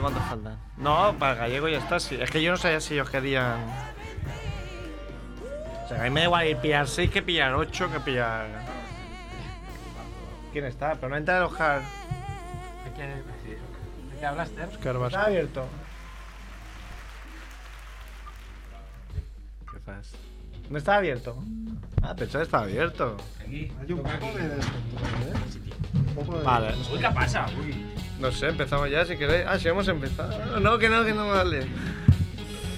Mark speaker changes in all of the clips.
Speaker 1: cuántos faltan. No, para gallego ya está. Sí. Es que yo no sabía si ellos querían. O sea, a mí me da igual ir pillar 6 que pillar 8 que pillar. ¿Quién está? Pero no entra el Oscar.
Speaker 2: ¿De qué, de qué hablas, Ter?
Speaker 1: Oscar Está abierto. ¿Qué pasa? No está abierto. Ah, pensaba que estaba abierto.
Speaker 3: Hay un poco de Un poco de.
Speaker 1: Vale.
Speaker 4: Uy, ¿qué pasa? Uy.
Speaker 1: No sé, empezamos ya si queréis. Ah, si hemos empezado. No, que no, que no vale.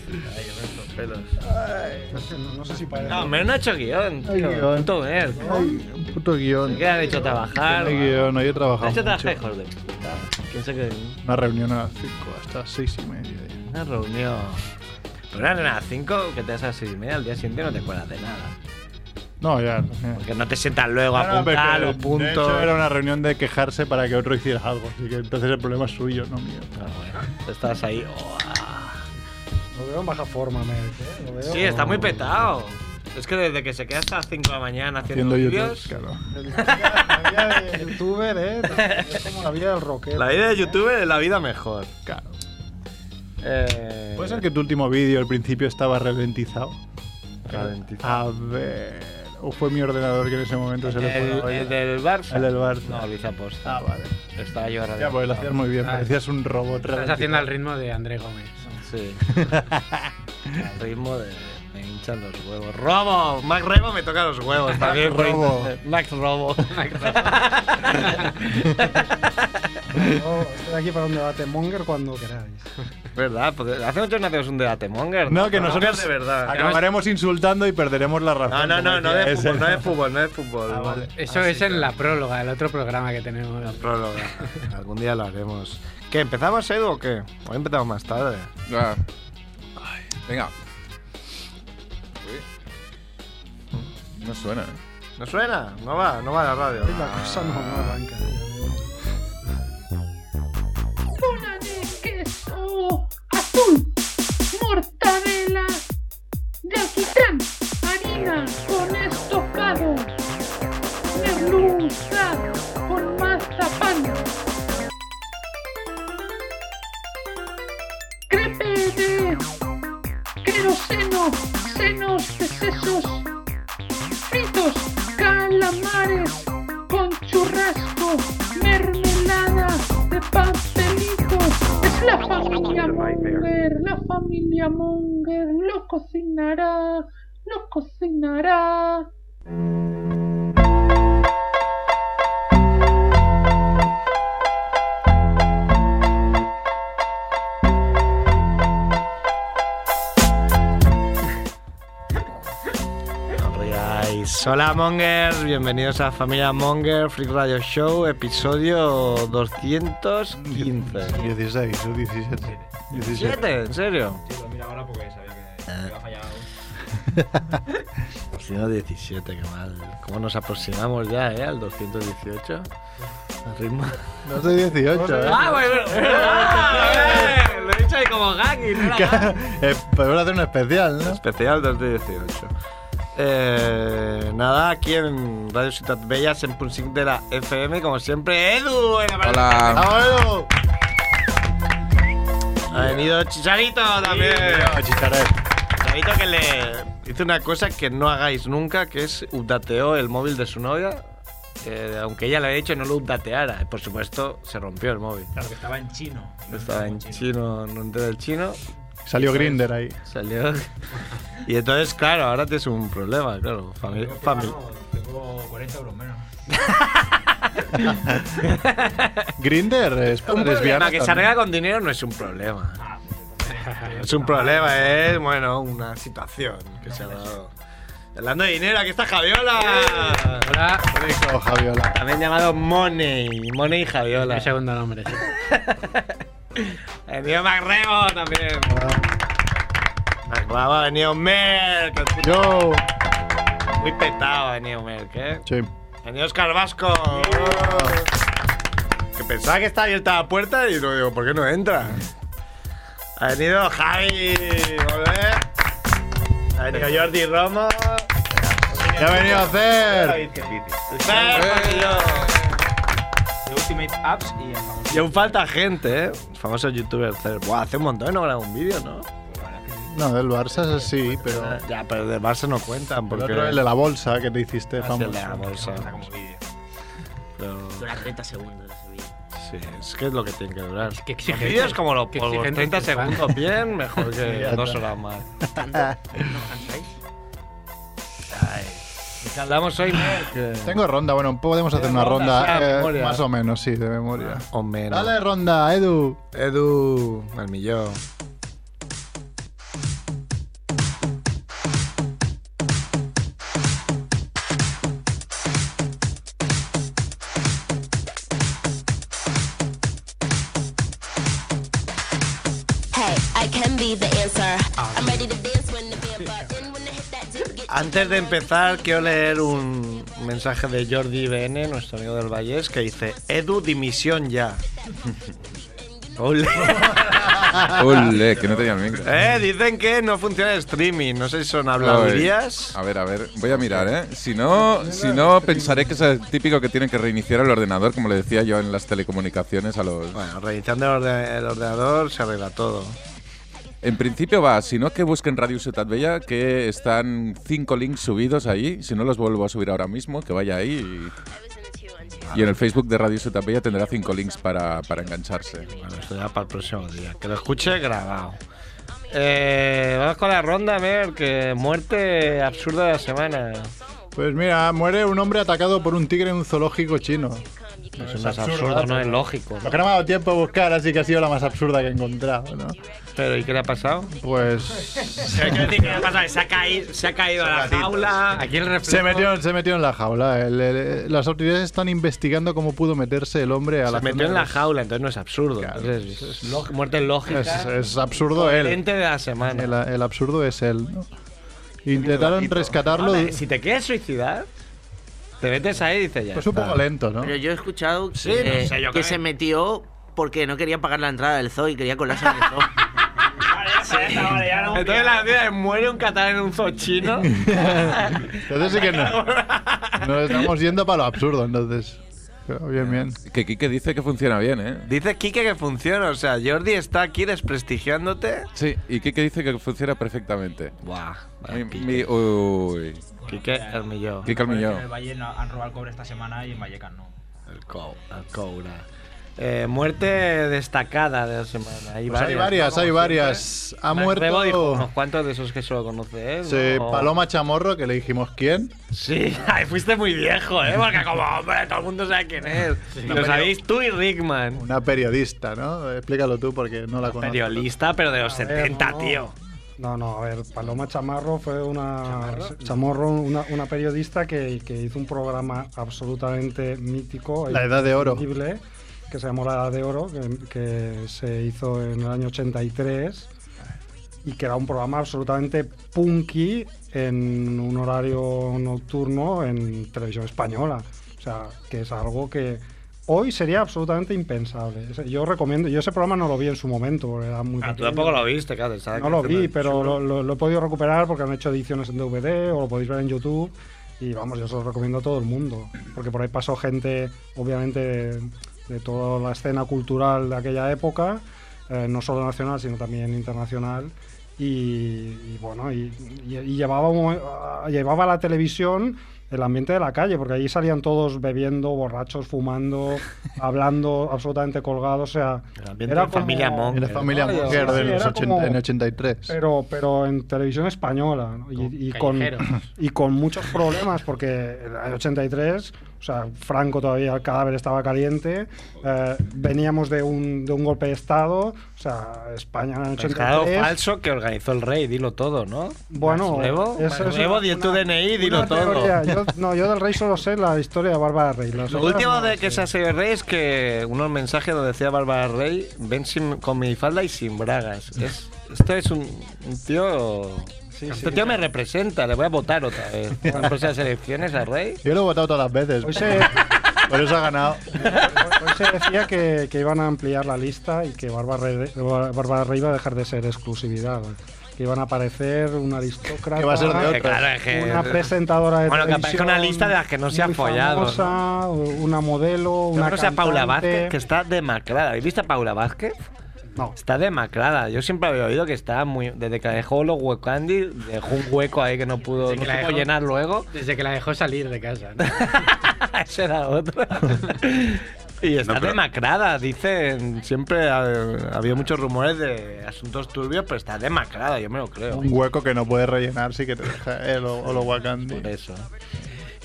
Speaker 1: Ay, estos pelos.
Speaker 3: No sé, no, no sé si parece.
Speaker 1: No, menos no ha hecho guión.
Speaker 5: Hay
Speaker 1: tío.
Speaker 5: guión.
Speaker 1: Puto ver.
Speaker 5: Ay, un puto guión.
Speaker 1: ¿Qué han hecho trabajar?
Speaker 5: No hay guión, no hay
Speaker 1: Han
Speaker 5: trabajado
Speaker 1: hecho
Speaker 5: mucho.
Speaker 1: trabajar, hijos de puta. Piensa que
Speaker 5: Una reunión a las 5 hasta 6 y media.
Speaker 1: una reunión. Pero Pues una reunión a las 5 que te das a las 6 y media, al día siguiente no te acuerdas de nada.
Speaker 5: No, ya. ya.
Speaker 1: Porque no te sientas luego
Speaker 5: No,
Speaker 1: a
Speaker 5: no,
Speaker 1: apuntar
Speaker 5: pero
Speaker 1: los
Speaker 5: que,
Speaker 1: puntos.
Speaker 5: De hecho, era una reunión de quejarse para que otro hiciera algo. Así que entonces el problema es suyo, no mío.
Speaker 1: Ah, bueno, tú estabas ahí. oh, ah.
Speaker 3: Lo veo en baja forma, Merck. ¿eh? Lo veo.
Speaker 1: Sí, está muy petado. Es que desde que se queda hasta las 5 de la mañana haciendo
Speaker 5: Haciendo YouTube,
Speaker 1: vídeos.
Speaker 5: claro.
Speaker 3: El- La vida de youtuber, ¿eh? Es como la vida del rockero.
Speaker 1: La vida de YouTube es la vida mejor.
Speaker 5: claro.
Speaker 1: Eh,
Speaker 5: ¿Puede ser que tu último vídeo al principio estaba ralentizado?
Speaker 1: Ralentizado.
Speaker 5: A ver. ¿O fue mi ordenador que en ese momento se le fue la
Speaker 1: El,
Speaker 5: olla?
Speaker 1: el del Barça.
Speaker 5: El del Barça.
Speaker 1: No, lo hice aposta.
Speaker 5: Ah, vale.
Speaker 1: Estaba yo ahora. Ah.
Speaker 5: Ya, pues lo hacías muy bien. Parecías un robot
Speaker 2: Estás
Speaker 5: ralentizado.
Speaker 2: haciendo al ritmo de André Gómez.
Speaker 1: Sí. Al ritmo de. Me hinchan los huevos. ¡Robo! Max Rebo me toca los huevos también.
Speaker 5: Max Robo.
Speaker 1: Max Robo.
Speaker 3: Yo estoy aquí para un debate monger cuando queráis.
Speaker 1: ¿Verdad? Porque hace mucho no hacemos un debate monger.
Speaker 5: No, que nosotros
Speaker 1: de verdad.
Speaker 5: acabaremos insultando y perderemos la
Speaker 1: No,
Speaker 5: razón.
Speaker 1: no, no,
Speaker 5: como
Speaker 1: no de
Speaker 5: decía
Speaker 1: fútbol,
Speaker 5: ese.
Speaker 1: no de fútbol, no de fútbol.
Speaker 5: Ah, vale.
Speaker 2: Eso es en la próloga, el otro programa que tenemos.
Speaker 1: Próloga. Algún día lo haremos. ¿Qué? ¿Empezamos, Edu, o qué? Hoy empezamos más tarde.
Speaker 6: Ah. Venga. Uy. No suena, ¿eh?
Speaker 1: ¿No suena? No va, no va la radio.
Speaker 3: Hoy La cosa no, no arranca.
Speaker 7: Una de queso azul, mortadela de alquitrán, harina con estofado, merluza con mazapán, crepe de queroseno, senos de sesos, fritos, calamares con churrasco, mermelada de pastelito. Es la familia Monger, la familia Monger lo cocinará, lo cocinará.
Speaker 1: No ríais. Hola Mongers, bienvenidos a Familia Monger Freak Radio Show, episodio 215.
Speaker 5: 16 o 17. 17.
Speaker 1: ¿Siete? ¿En serio?
Speaker 4: Sí, lo mira ahora porque sabía que
Speaker 1: Ah.
Speaker 4: me iba a fallar.
Speaker 1: Episodio 17, qué mal. ¿Cómo nos aproximamos ya, eh? Al 218. Al ritmo.
Speaker 5: No soy 18, ¿eh?
Speaker 1: Ah, bueno! Lo he dicho ahí como hacking,
Speaker 5: Eh, Podemos hacer un especial, ¿no?
Speaker 1: Especial 218. Eh, nada, aquí en Radio Ciudad Bellas, en Pulsing de la FM, como siempre, Edu, en la
Speaker 6: Hola.
Speaker 5: ¡Vámonos!
Speaker 1: Ha venido Chicharito también.
Speaker 5: Chicharet.
Speaker 1: Chicharito que le hizo una cosa que no hagáis nunca, que es updateó el móvil de su novia. eh, aunque ella le había dicho no lo updateara. Y, Por supuesto, se rompió el móvil.
Speaker 4: Claro, que estaba en chino.
Speaker 1: Estaba en chino, no entendía el chino.
Speaker 5: Salió Grinder ahí.
Speaker 1: Salió. Y entonces, claro, ahora tienes un problema, claro. Fami
Speaker 4: Tengo que
Speaker 1: fami-
Speaker 4: pagarlo, Tengo 40 euros menos.
Speaker 5: Grinder es
Speaker 1: Un
Speaker 5: para
Speaker 1: problema
Speaker 5: lesbianas.
Speaker 1: que se
Speaker 5: también.
Speaker 1: arregla con dinero no es un problema. Es un problema, es, bueno, una situación que se ha dado. Hablando de dinero, aquí está Javiola.
Speaker 2: Hola,
Speaker 5: Rico, Javiola.
Speaker 1: También llamado Money. Money y Javiola.
Speaker 2: mi segundo nombre. sí.
Speaker 1: Ha venido Macrebo también. Macrebo ha Ah, venido Merck. el puto-
Speaker 5: Yo.
Speaker 1: Muy petado ha venido Merck, ¿eh?
Speaker 5: Sí.
Speaker 1: Ha venido Oscar Vasco. Que pensaba que estaba abierta la puerta y lo digo, ¿por qué no entra? Ha venido Javi. volver. Ha venido Jordi Romo.
Speaker 5: ¿Qué ha venido a hacer?
Speaker 1: Fer, Marquillo.
Speaker 4: The Ultimate Apps y el famoso.
Speaker 1: Y aún falta gente, ¿eh? Famosos youtubers. Buah, hace un montón que no grabo un vídeo, ¿no?
Speaker 4: La verdad es que sí.
Speaker 5: No, del Barça sí, pero.
Speaker 1: Ya, pero de Barça no cuentan,
Speaker 5: El
Speaker 1: porque... Ah,
Speaker 5: otro, el de la bolsa que te hiciste famoso.
Speaker 1: el de la bolsa.
Speaker 4: Está como vídeo.
Speaker 1: Pero,
Speaker 8: Dura 30 segundos ese vídeo.
Speaker 1: sí, es que es lo que tiene que durar.
Speaker 2: Es que
Speaker 1: Los
Speaker 2: exigente.
Speaker 1: vídeos como los
Speaker 2: Qué
Speaker 1: polvos,
Speaker 2: exigente
Speaker 1: 30
Speaker 2: es que están.
Speaker 1: segundos bien, mejor que
Speaker 5: está.
Speaker 1: dos horas más.
Speaker 5: Ah,
Speaker 8: ¿No os cansáis?
Speaker 1: Ay. ¿De qué hablamos hoy, Merck?
Speaker 5: Tengo ronda, bueno, podemos hacer una
Speaker 1: ronda, sí, de
Speaker 5: ronda. eh,
Speaker 1: memoria.
Speaker 5: más o menos, sí, de memoria.
Speaker 1: O menos.
Speaker 5: Dale ronda, Edu.
Speaker 1: Edu, el millón.
Speaker 9: Hey, I can be the answer. I'm ready to dance when the band button. When I hit that dip, get
Speaker 1: Antes de empezar, quiero leer un mensaje de Jordi BN, nuestro amigo del Vallés, que dice: Edu, dimisión ya. Ole.
Speaker 6: Ole, que no tenía el micro.
Speaker 1: eh, dicen que no funciona el streaming. No sé si son habladurías.
Speaker 6: A ver, a ver, voy a mirar, ¿eh? Si no, si no pensaré que es el típico que tienen que reiniciar el ordenador, como le decía yo en las telecomunicaciones a los...
Speaker 1: Bueno, reiniciando el, orde- el ordenador se arregla todo.
Speaker 6: En principio va, si no que busquen Radio Ciudad Bella, que están cinco links subidos ahí, si no los vuelvo a subir ahora mismo, que vaya ahí y, y en el Facebook de Radio Ciudad Bella tendrá cinco links para, para engancharse.
Speaker 1: Bueno, esto ya para el próximo día. Que lo escuche grabado. Eh, vamos con la ronda, Mer, que muerte absurda de la semana.
Speaker 5: Pues mira, muere un hombre atacado por un tigre en un zoológico chino.
Speaker 1: Eso no es absurdo, no es lógico.
Speaker 5: Lo que no me ha dado tiempo a buscar, así que ha sido la más absurda que he encontrado, ¿no?
Speaker 1: Pero, ¿y qué le ha pasado?
Speaker 5: Pues.
Speaker 8: Se ha caído, se ha caído a la jaula.
Speaker 2: Aquí el reflejo.
Speaker 5: Se metió, se metió en la jaula. El- el- las autoridades están investigando cómo pudo meterse el hombre a
Speaker 1: Se
Speaker 5: la
Speaker 1: metió
Speaker 5: zona
Speaker 1: en la
Speaker 5: de-
Speaker 1: jaula, entonces no es absurdo. Entonces, es log- muerte lógica.
Speaker 5: Es, es absurdo él.
Speaker 1: Gente de la semana.
Speaker 5: El, el absurdo es él. ¿no? Intentaron rescatarlo.
Speaker 1: Hombre, si te quieres suicidar, te metes ahí y dices ya.
Speaker 5: Pues un
Speaker 1: está.
Speaker 5: poco lento, ¿no?
Speaker 8: Pero yo he escuchado que,
Speaker 1: Sí, no sé, yo
Speaker 8: que
Speaker 1: creo.
Speaker 8: se metió porque no quería pagar la entrada del zoo y quería colarse en el zoo.
Speaker 4: Vale, ya está, ya está, vale, ya no.
Speaker 1: Entonces la tía muere un catalán en un zoo chino.
Speaker 5: Entonces sí que no. Nos estamos yendo para lo absurdo, entonces. Pero bien, bien.
Speaker 6: Que Quique dice que funciona bien, ¿eh?
Speaker 1: Dice Kike que funciona, o sea, Jordi está aquí desprestigiándote.
Speaker 6: Sí, y Kike dice que funciona perfectamente.
Speaker 1: Buah,
Speaker 6: Mi- mi- uy,
Speaker 1: Kike el millón.
Speaker 6: Kike
Speaker 4: En el
Speaker 6: Almillón.
Speaker 4: Valle no- Pues, eh, han robado el cobre esta semana y en Vallecas no.
Speaker 1: El cou- el coura. Eh, muerte destacada de la semana. Hay
Speaker 5: Pues hay
Speaker 1: varias.
Speaker 5: varias,
Speaker 1: ¿no?
Speaker 5: hay
Speaker 1: Como
Speaker 5: varias. Ha
Speaker 1: siempre. Mac Rebo dijo
Speaker 5: muerto
Speaker 1: unos cuantos de esos que solo conoce él.
Speaker 5: sí,
Speaker 1: ¿no?
Speaker 5: Paloma Chamorro, que le dijimos quién.
Speaker 1: Sí, ay, fuiste muy viejo, ¿eh? Porque como hombre, todo el mundo sabe quién es. Lo sabéis tú y Rickman.
Speaker 5: Una periodista, ¿no? Explícalo tú porque no la conozco.
Speaker 1: Periodista, pero de los
Speaker 3: A ver,
Speaker 1: 70,
Speaker 3: no.
Speaker 1: tío.
Speaker 3: No, no, a ver, Paloma Chamarro fue una. Chamorro, una, una periodista que, que hizo un programa absolutamente mítico. e
Speaker 5: La Edad de Oro.
Speaker 3: imprescindible, Que se llamó La Edad de Oro, que, que se hizo en el año 83. Y que era un programa absolutamente punky en un horario nocturno en televisión española. O sea, que es algo que. Hoy sería absolutamente impensable. Ese- Yo recomiendo, yo ese programa no lo vi en su momento, porque era muy
Speaker 1: Ah, tú
Speaker 3: pequeño.
Speaker 1: tampoco lo viste, claro. sabes que
Speaker 3: No
Speaker 1: este
Speaker 3: lo
Speaker 1: hace
Speaker 3: vi,
Speaker 1: mal.
Speaker 3: pero lo, lo- lo he podido recuperar porque han hecho ediciones en DVD o lo podéis ver en YouTube. Y vamos, yo se lo recomiendo a todo el mundo. Porque por ahí pasó gente, obviamente, de, de toda la escena cultural de aquella época, eh, no solo nacional, sino también internacional. Y, y bueno, y, y- y llevaba, un momen- ah, llevaba a la televisión el ambiente de la calle, porque allí salían todos bebiendo, borrachos, fumando, hablando, absolutamente colgados. O sea,
Speaker 1: El ambiente de familia
Speaker 5: En la
Speaker 1: Monger.
Speaker 5: familia
Speaker 3: Ay,
Speaker 5: Munger
Speaker 3: sí,
Speaker 5: de los
Speaker 3: era
Speaker 5: 80
Speaker 3: como-
Speaker 5: en 83.
Speaker 3: pero, pero en televisión española ¿no? y, y con,
Speaker 2: callejeros.
Speaker 3: y con muchos problemas, porque en el 83, o sea, Franco todavía el cadáver estaba caliente, eh, veníamos de un, de un golpe de Estado, o sea, España en el
Speaker 1: Pescado
Speaker 3: 83.
Speaker 1: Pues falso que organizó el rey, dilo todo, ¿no?
Speaker 3: Bueno,
Speaker 1: Nuevo,
Speaker 3: eso es
Speaker 1: nuevo
Speaker 3: una-
Speaker 1: di tu
Speaker 3: una-
Speaker 1: DNI,
Speaker 3: una
Speaker 1: dilo
Speaker 3: teoría.
Speaker 1: todo.
Speaker 3: Yo- no, yo del rey solo sé la historia de Bárbara Rey. las
Speaker 1: Lo
Speaker 3: otras
Speaker 1: último
Speaker 3: no
Speaker 1: de
Speaker 3: las
Speaker 1: que
Speaker 3: sé.
Speaker 1: se hace el rey es que unos mensajes donde decía Bárbara Rey, ven sin- con mi falda y sin bragas. Es, este es un, un tío... este tío me representa, le voy a votar otra vez. En las próximas elecciones al rey.
Speaker 5: Yo lo he votado todas las veces.
Speaker 3: Hoy se,
Speaker 5: Por eso ha ganado.
Speaker 3: Hoy se decía que, que iban a ampliar la lista y que Bárbara Rey, Bárbara Rey iba a dejar de ser exclusividad. que iban a aparecer una aristócrata.
Speaker 5: Que va a ser de otra.
Speaker 1: Claro, es que-
Speaker 3: Una presentadora de
Speaker 1: Bueno, que aparezca
Speaker 3: televisión
Speaker 1: una lista de las que no se ha
Speaker 3: muy
Speaker 1: follado, ¿no?
Speaker 3: famosa, una modelo, una
Speaker 1: Una cosa Paula
Speaker 3: cantante.
Speaker 1: Vázquez, que está demacrada. ¿Habéis visto a Paula Vázquez?
Speaker 3: No.
Speaker 1: Está demacrada. Yo siempre había oído que estaba muy. Desde que la dejó los huecandi, dejó un hueco ahí que no pudo
Speaker 2: Desde
Speaker 1: no
Speaker 2: que la
Speaker 1: supo
Speaker 2: dejó.
Speaker 1: llenar luego.
Speaker 2: Desde que la dejó salir de casa. ¿no?
Speaker 1: Esa era otra. y está
Speaker 6: No, pero-
Speaker 1: demacrada. Dicen. Siempre ha, había muchos rumores de asuntos turbios, pero está demacrada, yo me lo creo.
Speaker 5: Un hueco que no puedes rellenar sí que te deja él o, o lo Wakandi.
Speaker 1: Por eso.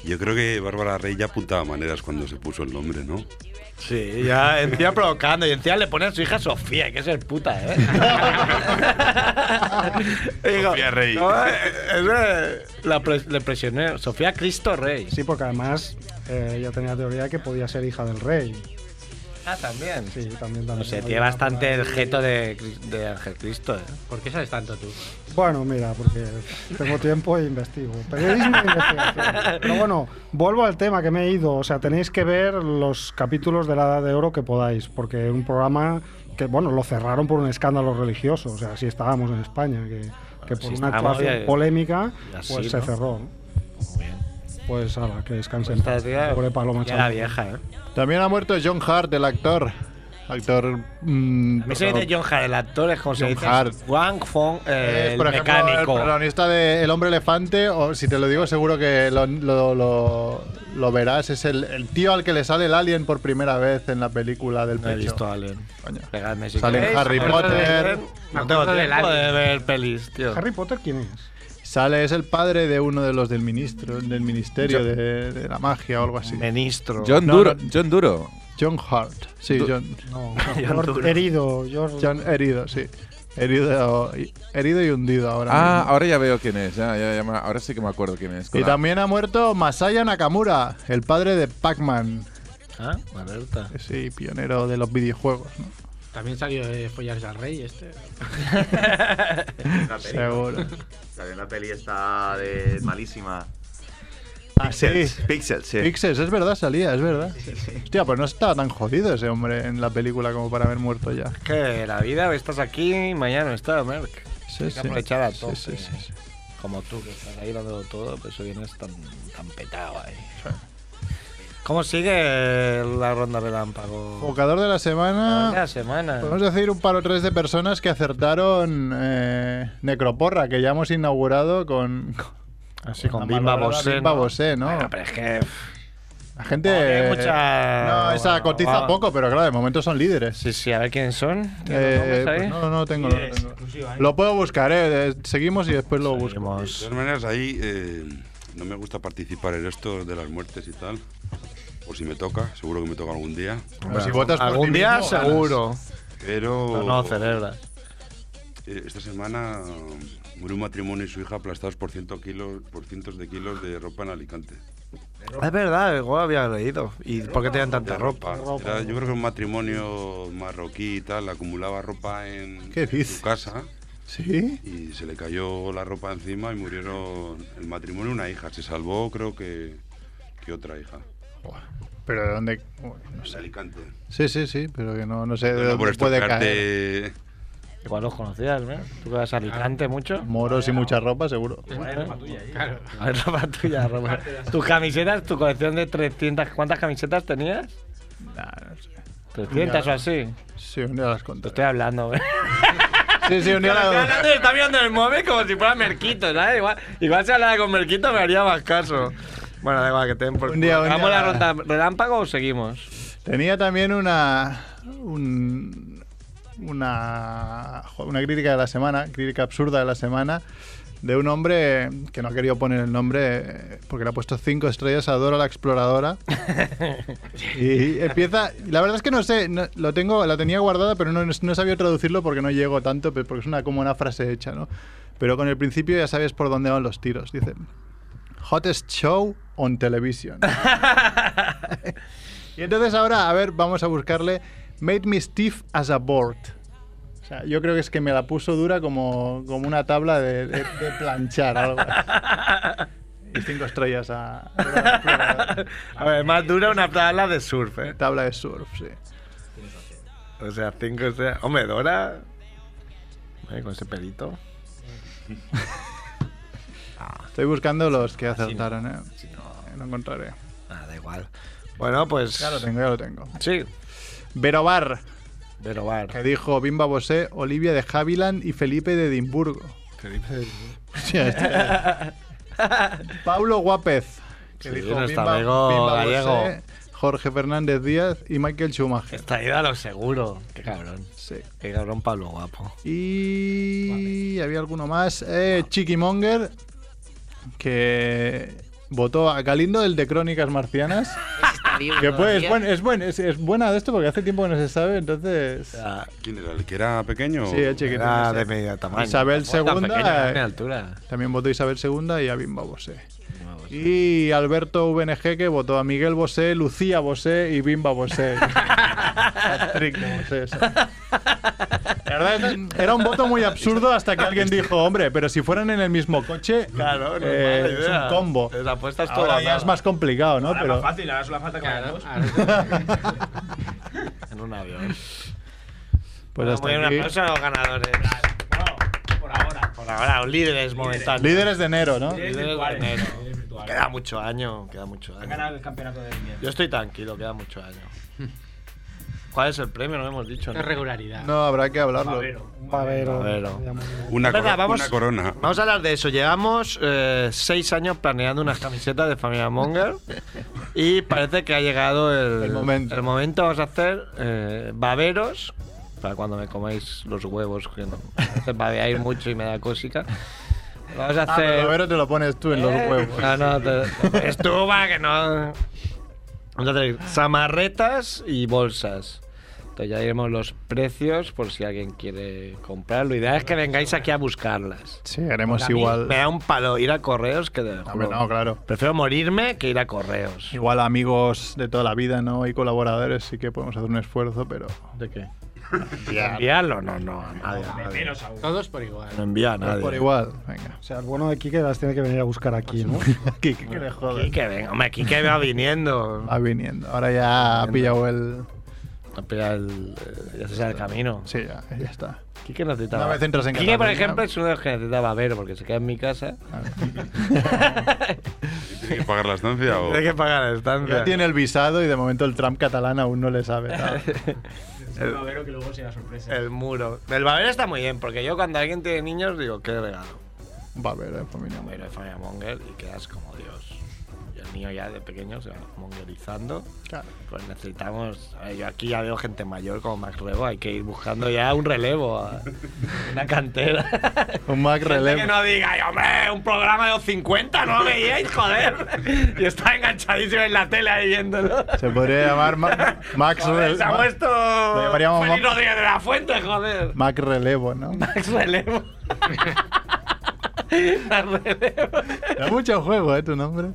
Speaker 10: Yo creo que Bárbara Rey ya apuntaba maneras cuando se puso el nombre, ¿no?
Speaker 1: Sí, ya encima provocando. Y encima le pone a su hija Sofía, hay que ser puta, ¿eh? Digo,
Speaker 10: Sofía Rey.
Speaker 1: no, eh, eh, la pres- le presioné. Sofía Cristo Rey.
Speaker 3: Sí, porque además eh, ella tenía teoría de que podía ser hija del rey.
Speaker 1: Ah, también.
Speaker 3: Sí, también, también.
Speaker 1: No sé, tiene bastante el jeto de, Cris- de Ángel Cristo, ¿eh?
Speaker 2: ¿Por qué sabes tanto tú?
Speaker 3: Bueno, mira, porque tengo tiempo e investigo. Periodismo e investigación. Pero bueno, vuelvo al tema que me he ido. O sea, tenéis que ver los capítulos de la Edad de Oro que podáis, porque es un programa que, bueno, lo cerraron por un escándalo religioso. O sea, así estábamos en España, que, que por
Speaker 1: así
Speaker 3: una
Speaker 1: estábamos
Speaker 3: actuación
Speaker 1: y-
Speaker 3: polémica,
Speaker 1: y así,
Speaker 3: pues se
Speaker 1: ¿no?
Speaker 3: cerró. ¿no?
Speaker 1: Muy bien.
Speaker 3: Pues ahora, que descansen.
Speaker 1: Esta tía
Speaker 3: Pobre Paloma
Speaker 1: ya era
Speaker 3: Chávez.
Speaker 1: vieja, ¿eh?
Speaker 5: También ha muerto John Hart, el actor. Actor. mm,
Speaker 1: Me dice John Hart, el actor es como se
Speaker 5: John
Speaker 1: dice.
Speaker 5: Hart.
Speaker 1: Wang Fong, eh,
Speaker 5: es,
Speaker 1: el
Speaker 5: por ejemplo,
Speaker 1: mecánico.
Speaker 5: el protagonista de El Hombre Elefante, o si te lo digo seguro que lo, lo- lo- lo verás, es el, el tío al que le sale el alien por primera vez en la película del
Speaker 1: no he
Speaker 5: pecho.
Speaker 1: visto a Alien.
Speaker 5: Coño.
Speaker 1: Pegadme si
Speaker 5: Sale en
Speaker 1: queréis.
Speaker 5: Harry Potter.
Speaker 1: No
Speaker 2: Me
Speaker 1: tengo
Speaker 2: acuerdo del
Speaker 1: tiempo de
Speaker 2: Alien.
Speaker 1: ver pelis, tío.
Speaker 3: ¿Harry Potter quién es?
Speaker 5: Sale, es el padre de uno de los del ministro, del ministerio de, de la magia o algo así.
Speaker 1: Ministro.
Speaker 6: John
Speaker 5: No,
Speaker 6: Duro.
Speaker 5: no.
Speaker 6: John Duro.
Speaker 5: John Hart. Sí, John.
Speaker 3: No,
Speaker 1: John
Speaker 3: George
Speaker 1: Duro.
Speaker 3: herido. George-
Speaker 5: John herido, sí. Herido, herido y hundido ahora.
Speaker 6: Ah,
Speaker 5: mismo.
Speaker 6: ahora ya veo quién es. ya, ya, ya me- ahora sí que me acuerdo quién es.
Speaker 5: Y también ha muerto Masaya Nakamura, el padre de Pac-Man.
Speaker 1: Ah, alerta.
Speaker 5: Sí, pionero de los videojuegos, ¿no?
Speaker 2: También salió de follarse al rey este.
Speaker 11: La peli,
Speaker 5: Seguro.
Speaker 11: Salió en la peli está de malísima.
Speaker 5: Ah, sí.
Speaker 11: Pixels, sí.
Speaker 5: Pixels, es verdad, salía, es verdad. Hostia, pues no estaba tan jodido ese hombre en la película como para haber muerto ya.
Speaker 1: Que la vida, hoy estás aquí, mañana no estás, Merck.
Speaker 5: Sí,
Speaker 1: Hay que aprovechar a
Speaker 5: Sí,
Speaker 1: tope.
Speaker 5: sí, sí, sí.
Speaker 1: Como tú, que estás ahí dándolo todo, pues pero eso vienes tan, tan petado ahí. ¿Cómo sigue la ronda relámpago?
Speaker 5: Jugador de la semana.
Speaker 1: Cada semana.
Speaker 5: Podemos decir un par o tres de personas que acertaron eh, Necroporra, que ya hemos inaugurado con.
Speaker 1: Así con
Speaker 5: la
Speaker 1: Bimba
Speaker 5: malograda
Speaker 1: Bosé.
Speaker 5: Bimba
Speaker 1: ¿no?
Speaker 5: Bosé, ¿no?
Speaker 1: Bueno, pero es que. pff,
Speaker 5: La gente.
Speaker 1: hay mucha.
Speaker 5: Eh, No, esa
Speaker 1: bueno, ah.
Speaker 5: cotiza
Speaker 1: va.
Speaker 5: poco, pero claro, de momento son líderes.
Speaker 1: Sí, sí, a ver quiénes son.
Speaker 5: Eh,
Speaker 1: ¿Tienes nombres
Speaker 5: pues
Speaker 1: ahí?
Speaker 5: no, no, no tengo. no
Speaker 4: Líderes,
Speaker 5: tengo.
Speaker 4: exclusiva, ¿eh?
Speaker 5: Lo puedo buscar, ¿eh? Seguimos y después lo busco.
Speaker 10: De
Speaker 1: Seguimos.
Speaker 10: todas maneras, ahí eh, no me gusta participar en esto de las muertes y tal. Por si me toca, seguro que me toca algún día.
Speaker 5: Pero si votas por
Speaker 1: Algún
Speaker 5: ti
Speaker 1: día
Speaker 5: mismo, ganas.
Speaker 1: seguro. No,
Speaker 10: Pero
Speaker 1: no, celebras.
Speaker 10: eh, esta semana mm, murió un matrimonio y su hija aplastados por, ciento kilos, por cientos de kilos de ropa en Alicante.
Speaker 1: Es verdad, igual había leído. ¿Y por qué tenían tanta
Speaker 10: De
Speaker 1: ropa?
Speaker 10: Era- yo creo que un matrimonio marroquí y tal acumulaba ropa en
Speaker 5: ¿Qué
Speaker 10: en
Speaker 5: dices?
Speaker 10: su casa
Speaker 5: ¿Sí?
Speaker 10: y se le cayó la ropa encima y murieron el matrimonio y una hija. Se salvó creo que, que otra hija.
Speaker 5: Buah, Pero de dónde. Uy, no
Speaker 10: En
Speaker 5: sé.
Speaker 10: Alicante.
Speaker 5: Sí, sí, sí, pero que no, no sé de
Speaker 10: No por
Speaker 5: dónde puede caer.
Speaker 10: estropearte-
Speaker 1: Igual los conocías, ¿eh? Tú que vas a Alicante mucho.
Speaker 5: Moros y mucha ropa, seguro.
Speaker 2: Claro.
Speaker 1: A ver, ropa tuya, ropa. Tus camisetas, tu colección de 300. ¿Cuántas camisetas tenías?
Speaker 5: Nah, no sé.
Speaker 1: 300 o así.
Speaker 5: Sí, un día las
Speaker 1: Te
Speaker 5: contaré.
Speaker 1: estoy hablando, ¿eh?
Speaker 5: Sí, sí, un día las...
Speaker 1: está mirando el móvil como si fuera Merquito, ¿sabes? Igual, igual si hablara con Merquito me haría más caso. Bueno, da igual que te den por
Speaker 5: Un día,
Speaker 1: culo.
Speaker 5: un
Speaker 1: ¿Hagamos
Speaker 5: día.
Speaker 1: la ronda relámpago o seguimos?
Speaker 5: Tenía también una. un- una. jo, Una crítica de la semana, crítica absurda de la semana, de un hombre que no ha querido poner el nombre eh, porque le ha puesto cinco estrellas a Dora la exploradora. y empieza. La verdad es que no sé, no- lo tengo, la tenía guardada, pero no, no sabía traducirlo porque no llego tanto, pe- porque es una como una frase hecha, ¿no? Pero con el principio ya sabes por dónde van los tiros. Dice: Hottest show on television. Y entonces ahora, a ver, vamos a buscarle Made me stiff as a board. O sea, yo creo que es que me la puso dura como, como una tabla de, de- de planchar algo. Y cinco estrellas a,
Speaker 1: A ver, más dura una tabla de surf, ¿eh?
Speaker 5: tabla de surf, sí.
Speaker 1: O sea, cinco, o sea. Hombre, Dora. Ay, con ese eh, pelito.
Speaker 5: Estoy buscando los que acertaron, ¿eh? Lo encontraré.
Speaker 1: Ah, da igual. Bueno, pues.
Speaker 5: Ya lo tengo, ya lo tengo.
Speaker 1: Sí.
Speaker 5: Verobar.
Speaker 1: Verobar.
Speaker 5: Que dijo Bimba Bosé, Olivia de Haviland y Felipe de Edimburgo.
Speaker 1: Felipe de
Speaker 5: Hostia, este- Pablo Guápez. Que
Speaker 1: Sí,
Speaker 5: dijo
Speaker 1: nuestro
Speaker 5: Bimba,
Speaker 1: amigo
Speaker 5: Bimba
Speaker 1: gallego. Este.
Speaker 5: Bosé, Jorge Fernández Díaz y Michael Schumacher.
Speaker 1: Está ido a lo seguro. Qué cabrón.
Speaker 5: Sí.
Speaker 1: Qué cabrón Pablo Guapo.
Speaker 5: Y había alguno más.
Speaker 1: Ah.
Speaker 5: Eh, Chiqui Monger, que votó a Galindo, el de Crónicas Marcianas. que pues, es, buen- es, buen- es- es buena de esto porque hace tiempo que no se sabe, entonces...
Speaker 10: ¿Quién era? ¿El que era pequeño?
Speaker 5: Sí, el chiquitín
Speaker 1: Era
Speaker 5: ese.
Speaker 1: de medio tamaño.
Speaker 5: Isabel
Speaker 1: Tampoco tan
Speaker 5: II.
Speaker 1: pequeño, era de
Speaker 5: eh,
Speaker 1: mi altura.
Speaker 5: También votó Isabel II y a Bimba Bosé. Y Alberto VNG que votó a Miguel Bosé, Lucía Bosé y Bimba Bosé. Patrick de Bosé. sí. La verdad, era un voto muy absurdo hasta que alguien dijo, hombre, pero si fueran en el mismo coche,
Speaker 1: Claro, no es
Speaker 5: eh,
Speaker 1: mala
Speaker 5: es
Speaker 1: idea.
Speaker 5: un combo.
Speaker 1: Las apuestas todo
Speaker 5: Ahora
Speaker 1: o
Speaker 5: ya
Speaker 1: nada.
Speaker 5: es más complicado, ¿no?
Speaker 4: Ahora es
Speaker 5: Pero
Speaker 4: más fácil, ahora solo falta que ganemos.
Speaker 1: En un avión.
Speaker 5: pues
Speaker 1: Bueno,
Speaker 5: hasta
Speaker 1: muy bien,
Speaker 5: aquí.
Speaker 1: un aplauso a los ganadores.
Speaker 4: Por ahora.
Speaker 1: Por ahora, líderes momentáneos.
Speaker 5: Líderes de enero, ¿no?
Speaker 4: Líderes
Speaker 1: Líderes de
Speaker 4: virtuales.
Speaker 1: enero.
Speaker 4: Líderes virtuales.
Speaker 1: Queda mucho año, queda mucho
Speaker 4: Han
Speaker 1: año.
Speaker 4: ganado el campeonato del invierno.
Speaker 1: Yo estoy tranquilo, queda mucho año. ¿Cuál es el premio? No lo hemos dicho. ¿no?
Speaker 2: Es regularidad.
Speaker 5: No, habrá que hablarlo.
Speaker 4: Pavero. un
Speaker 3: Pavero.
Speaker 1: Pavero.
Speaker 10: Una,
Speaker 1: Venga,
Speaker 10: coro-
Speaker 1: vamos.
Speaker 10: una corona.
Speaker 1: Vamos a hablar de eso. Llevamos eh, seis años planeando unas camisetas de familia Monger y parece que ha llegado el,
Speaker 5: El momento.
Speaker 1: el momento. Vamos a hacer eh, baberos para cuando me comáis los huevos, que no me babeáis mucho y me da cósica. Vamos a
Speaker 5: Ah, pero
Speaker 1: hacer. Eh,
Speaker 5: Pavero te lo pones tú en los huevos.
Speaker 1: No, no, te- estuvo que no. Vamos a hacer samarretas y bolsas. Entonces ya iremos los precios por si alguien quiere comprar. Lo ideal es que vengáis aquí a buscarlas.
Speaker 5: Sí, haremos
Speaker 1: A mí
Speaker 5: igual.
Speaker 1: Me da un palo ir a correos que de
Speaker 5: Hombre, no, claro.
Speaker 1: Prefiero morirme que ir a correos.
Speaker 5: Igual amigos de toda la vida, ¿no? Y colaboradores sí que podemos hacer un esfuerzo, pero...
Speaker 1: ¿De qué? Enviarlo, no, no, a nadie. a nadie.
Speaker 4: Menos aún.
Speaker 2: Todos por igual.
Speaker 1: No envía a nadie.
Speaker 5: Por igual, venga. Pues
Speaker 3: O sea, el bueno de Quique las tiene que venir a buscar aquí, ¿no?
Speaker 5: Aquí, que le joder.
Speaker 1: Quique, venga, hombre, Quique va viniendo.
Speaker 5: Va viniendo. Ahora ya ha pillado el...
Speaker 1: A pillar el- eh, ya se sabe el camino.
Speaker 5: Sí, ya, ya está.
Speaker 1: Quique no necesitaba.
Speaker 5: Una vez entras en
Speaker 1: Quique, por
Speaker 5: Cataluña-
Speaker 1: ejemplo, es uno de los que necesitaba ver porque se queda en mi casa.
Speaker 10: ¿Tiene que pagar la estancia o...?
Speaker 1: Tiene que pagar la
Speaker 5: Ya
Speaker 1: estancia.
Speaker 5: tiene el visado y de momento el Trump catalán aún no le sabe. nada.
Speaker 4: Un Pavero que luego será sorpresa.
Speaker 1: El muro. El babero está muy bien porque yo cuando alguien tiene niños digo, qué regalo.
Speaker 5: Va a ver, eh, por mí no.
Speaker 1: Babero de familia Monger y quedas como Dios. Y el niño ya de pequeño se va mongerizando.
Speaker 5: Claro.
Speaker 1: Pues necesitamos. a ver, yo aquí ya veo gente mayor como Max Rebo, hay que ir buscando ya un relevo, a- una cantera.
Speaker 5: Un Mac
Speaker 1: Gente
Speaker 5: relevo.
Speaker 1: Que no diga, "Ay, hombre, un programa de los 50, ¿no lo veíais? Joder. Y está enganchadísimo en la tele ahí viéndolo.
Speaker 5: Se podría llamar Ma- Max
Speaker 1: Joder,
Speaker 5: Rele-
Speaker 1: se ha
Speaker 5: Ma-
Speaker 1: puesto.
Speaker 5: Lo llamaríamos
Speaker 1: Félix
Speaker 5: Ma-
Speaker 1: Rodríguez de la Fuente, joder.
Speaker 5: Mac Relevo, ¿no?
Speaker 1: Max Relevo. Max Relevo.
Speaker 5: Da mucho juego, ¿eh? Tu nombre.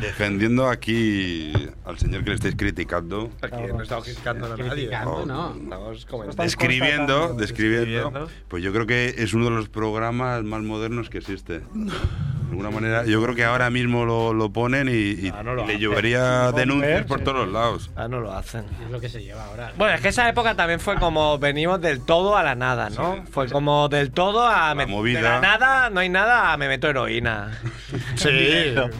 Speaker 10: Defendiendo aquí al señor que le estáis criticando.
Speaker 1: Aquí no estamos criticando a nadie.
Speaker 2: Criticando, no.
Speaker 1: Estamos comentando.
Speaker 10: Describiendo,
Speaker 3: constatando,
Speaker 10: describiendo. Pues yo creo que es uno de los programas más modernos que existe. De alguna manera, yo creo que ahora mismo lo, lo ponen y, y-
Speaker 1: Ah, no lo
Speaker 10: y le
Speaker 1: hacen.
Speaker 10: llovería
Speaker 3: Hombre,
Speaker 10: denuncias por
Speaker 3: sí.
Speaker 10: todos lados.
Speaker 1: Ah, no lo hacen.
Speaker 2: Es lo que se lleva ahora.
Speaker 1: Bueno, es que esa época también fue como venimos del todo a la nada, ¿no? fue como del todo a me-
Speaker 10: movida.
Speaker 1: de la nada, no hay nada, a me meto heroína. sí.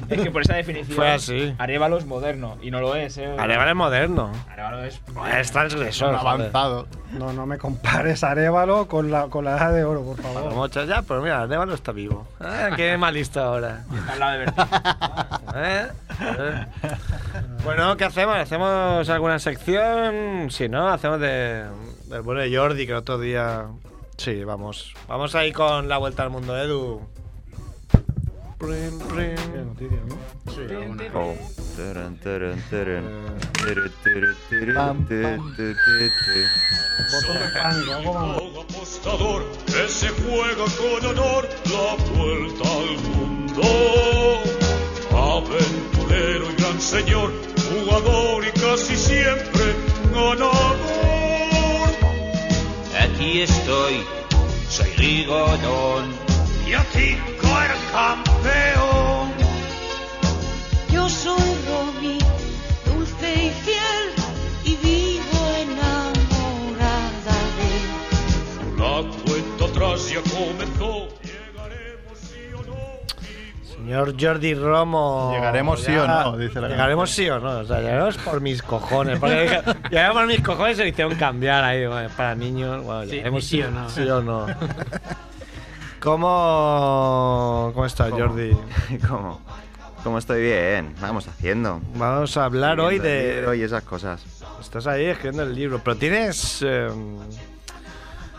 Speaker 4: Es que por esa definición.
Speaker 1: Fue así.
Speaker 4: Arevalo es moderno. Y no lo es, ¿eh?
Speaker 1: Arevalo es moderno.
Speaker 4: Arevalo es.
Speaker 1: Es transgresor.
Speaker 5: Avanzado.
Speaker 3: No, no me compares Arevalo con la, con la edad de oro, por
Speaker 1: joder.
Speaker 3: favor.
Speaker 1: Palomocha, ya, pero mira, Arevalo está vivo. Ah, qué malista ahora.
Speaker 4: Está al lado de Bertín.
Speaker 1: ¿Eh? Eh. Bueno, ¿qué hacemos? ¿Hacemos alguna sección? Si no, hacemos de, del bueno de Jordi, que otro día... Sí, vamos. Vamos ahí con la vuelta al mundo, Edu. Prim,
Speaker 3: Qué
Speaker 1: prim.
Speaker 3: noticia, ¿no?
Speaker 11: Oh.
Speaker 3: Botón de pánico, algo más.
Speaker 12: apostador que se juega con honor la vuelta al mundo. Aventurero y gran señor, jugador y casi siempre ganador. Aquí estoy, soy Rigodón. Y aquí cae el campeón.
Speaker 7: Yo soy Romy, dulce y fiel, y vivo enamorada de él.
Speaker 12: La cuenta atrás ya comenzó. Llegaré.
Speaker 1: Señor Jordi Romo.
Speaker 5: ¿Llegaremos sí o no? Dice la
Speaker 1: llegaremos sí o no. O sea, llegaremos por mis cojones. Porque llegaremos por mis cojones y lo hicieron cambiar ahí bueno, para niños. Bueno,
Speaker 2: Sí,
Speaker 1: llegaremos
Speaker 2: sí o no.
Speaker 1: Sí o no. ¿Cómo, cómo estás, Jordi?
Speaker 11: ¿Cómo? ¿Cómo estoy bien? Vamos haciendo.
Speaker 1: Vamos a hablar hoy de.
Speaker 11: Hoy esas cosas.
Speaker 1: Estás ahí escribiendo el libro, pero tienes. eh,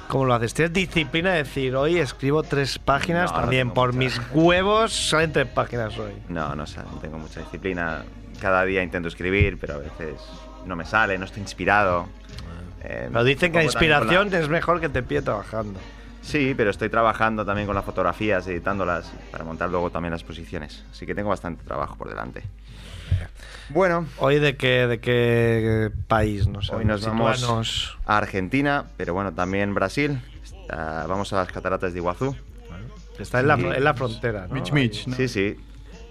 Speaker 1: ¿Cómo lo haces? ¿Tienes disciplina de decir hoy escribo tres páginas?
Speaker 11: No, no
Speaker 1: También
Speaker 11: tengo
Speaker 1: por
Speaker 11: mucha.
Speaker 1: mis huevos salen tres páginas hoy.
Speaker 11: No, no sé, no tengo mucha disciplina. Cada día intento escribir, pero a veces no me sale, no estoy inspirado. Eh,
Speaker 1: Ah. Pero dicen que la
Speaker 11: un poco también con
Speaker 1: inspiración es mejor que te pide trabajando.
Speaker 11: Sí, pero estoy trabajando también con las fotografías, editándolas para montar luego también las exposiciones. Así que tengo bastante trabajo por delante. Bueno.
Speaker 1: ¿Hoy de qué, de qué país? No sé,
Speaker 11: Hoy nos
Speaker 1: situanos.
Speaker 11: vamos a Argentina, pero bueno, también Brasil. Ah, vamos a las cataratas de Iguazú.
Speaker 1: Está en la, en la frontera, ¿no?
Speaker 11: Sí, sí.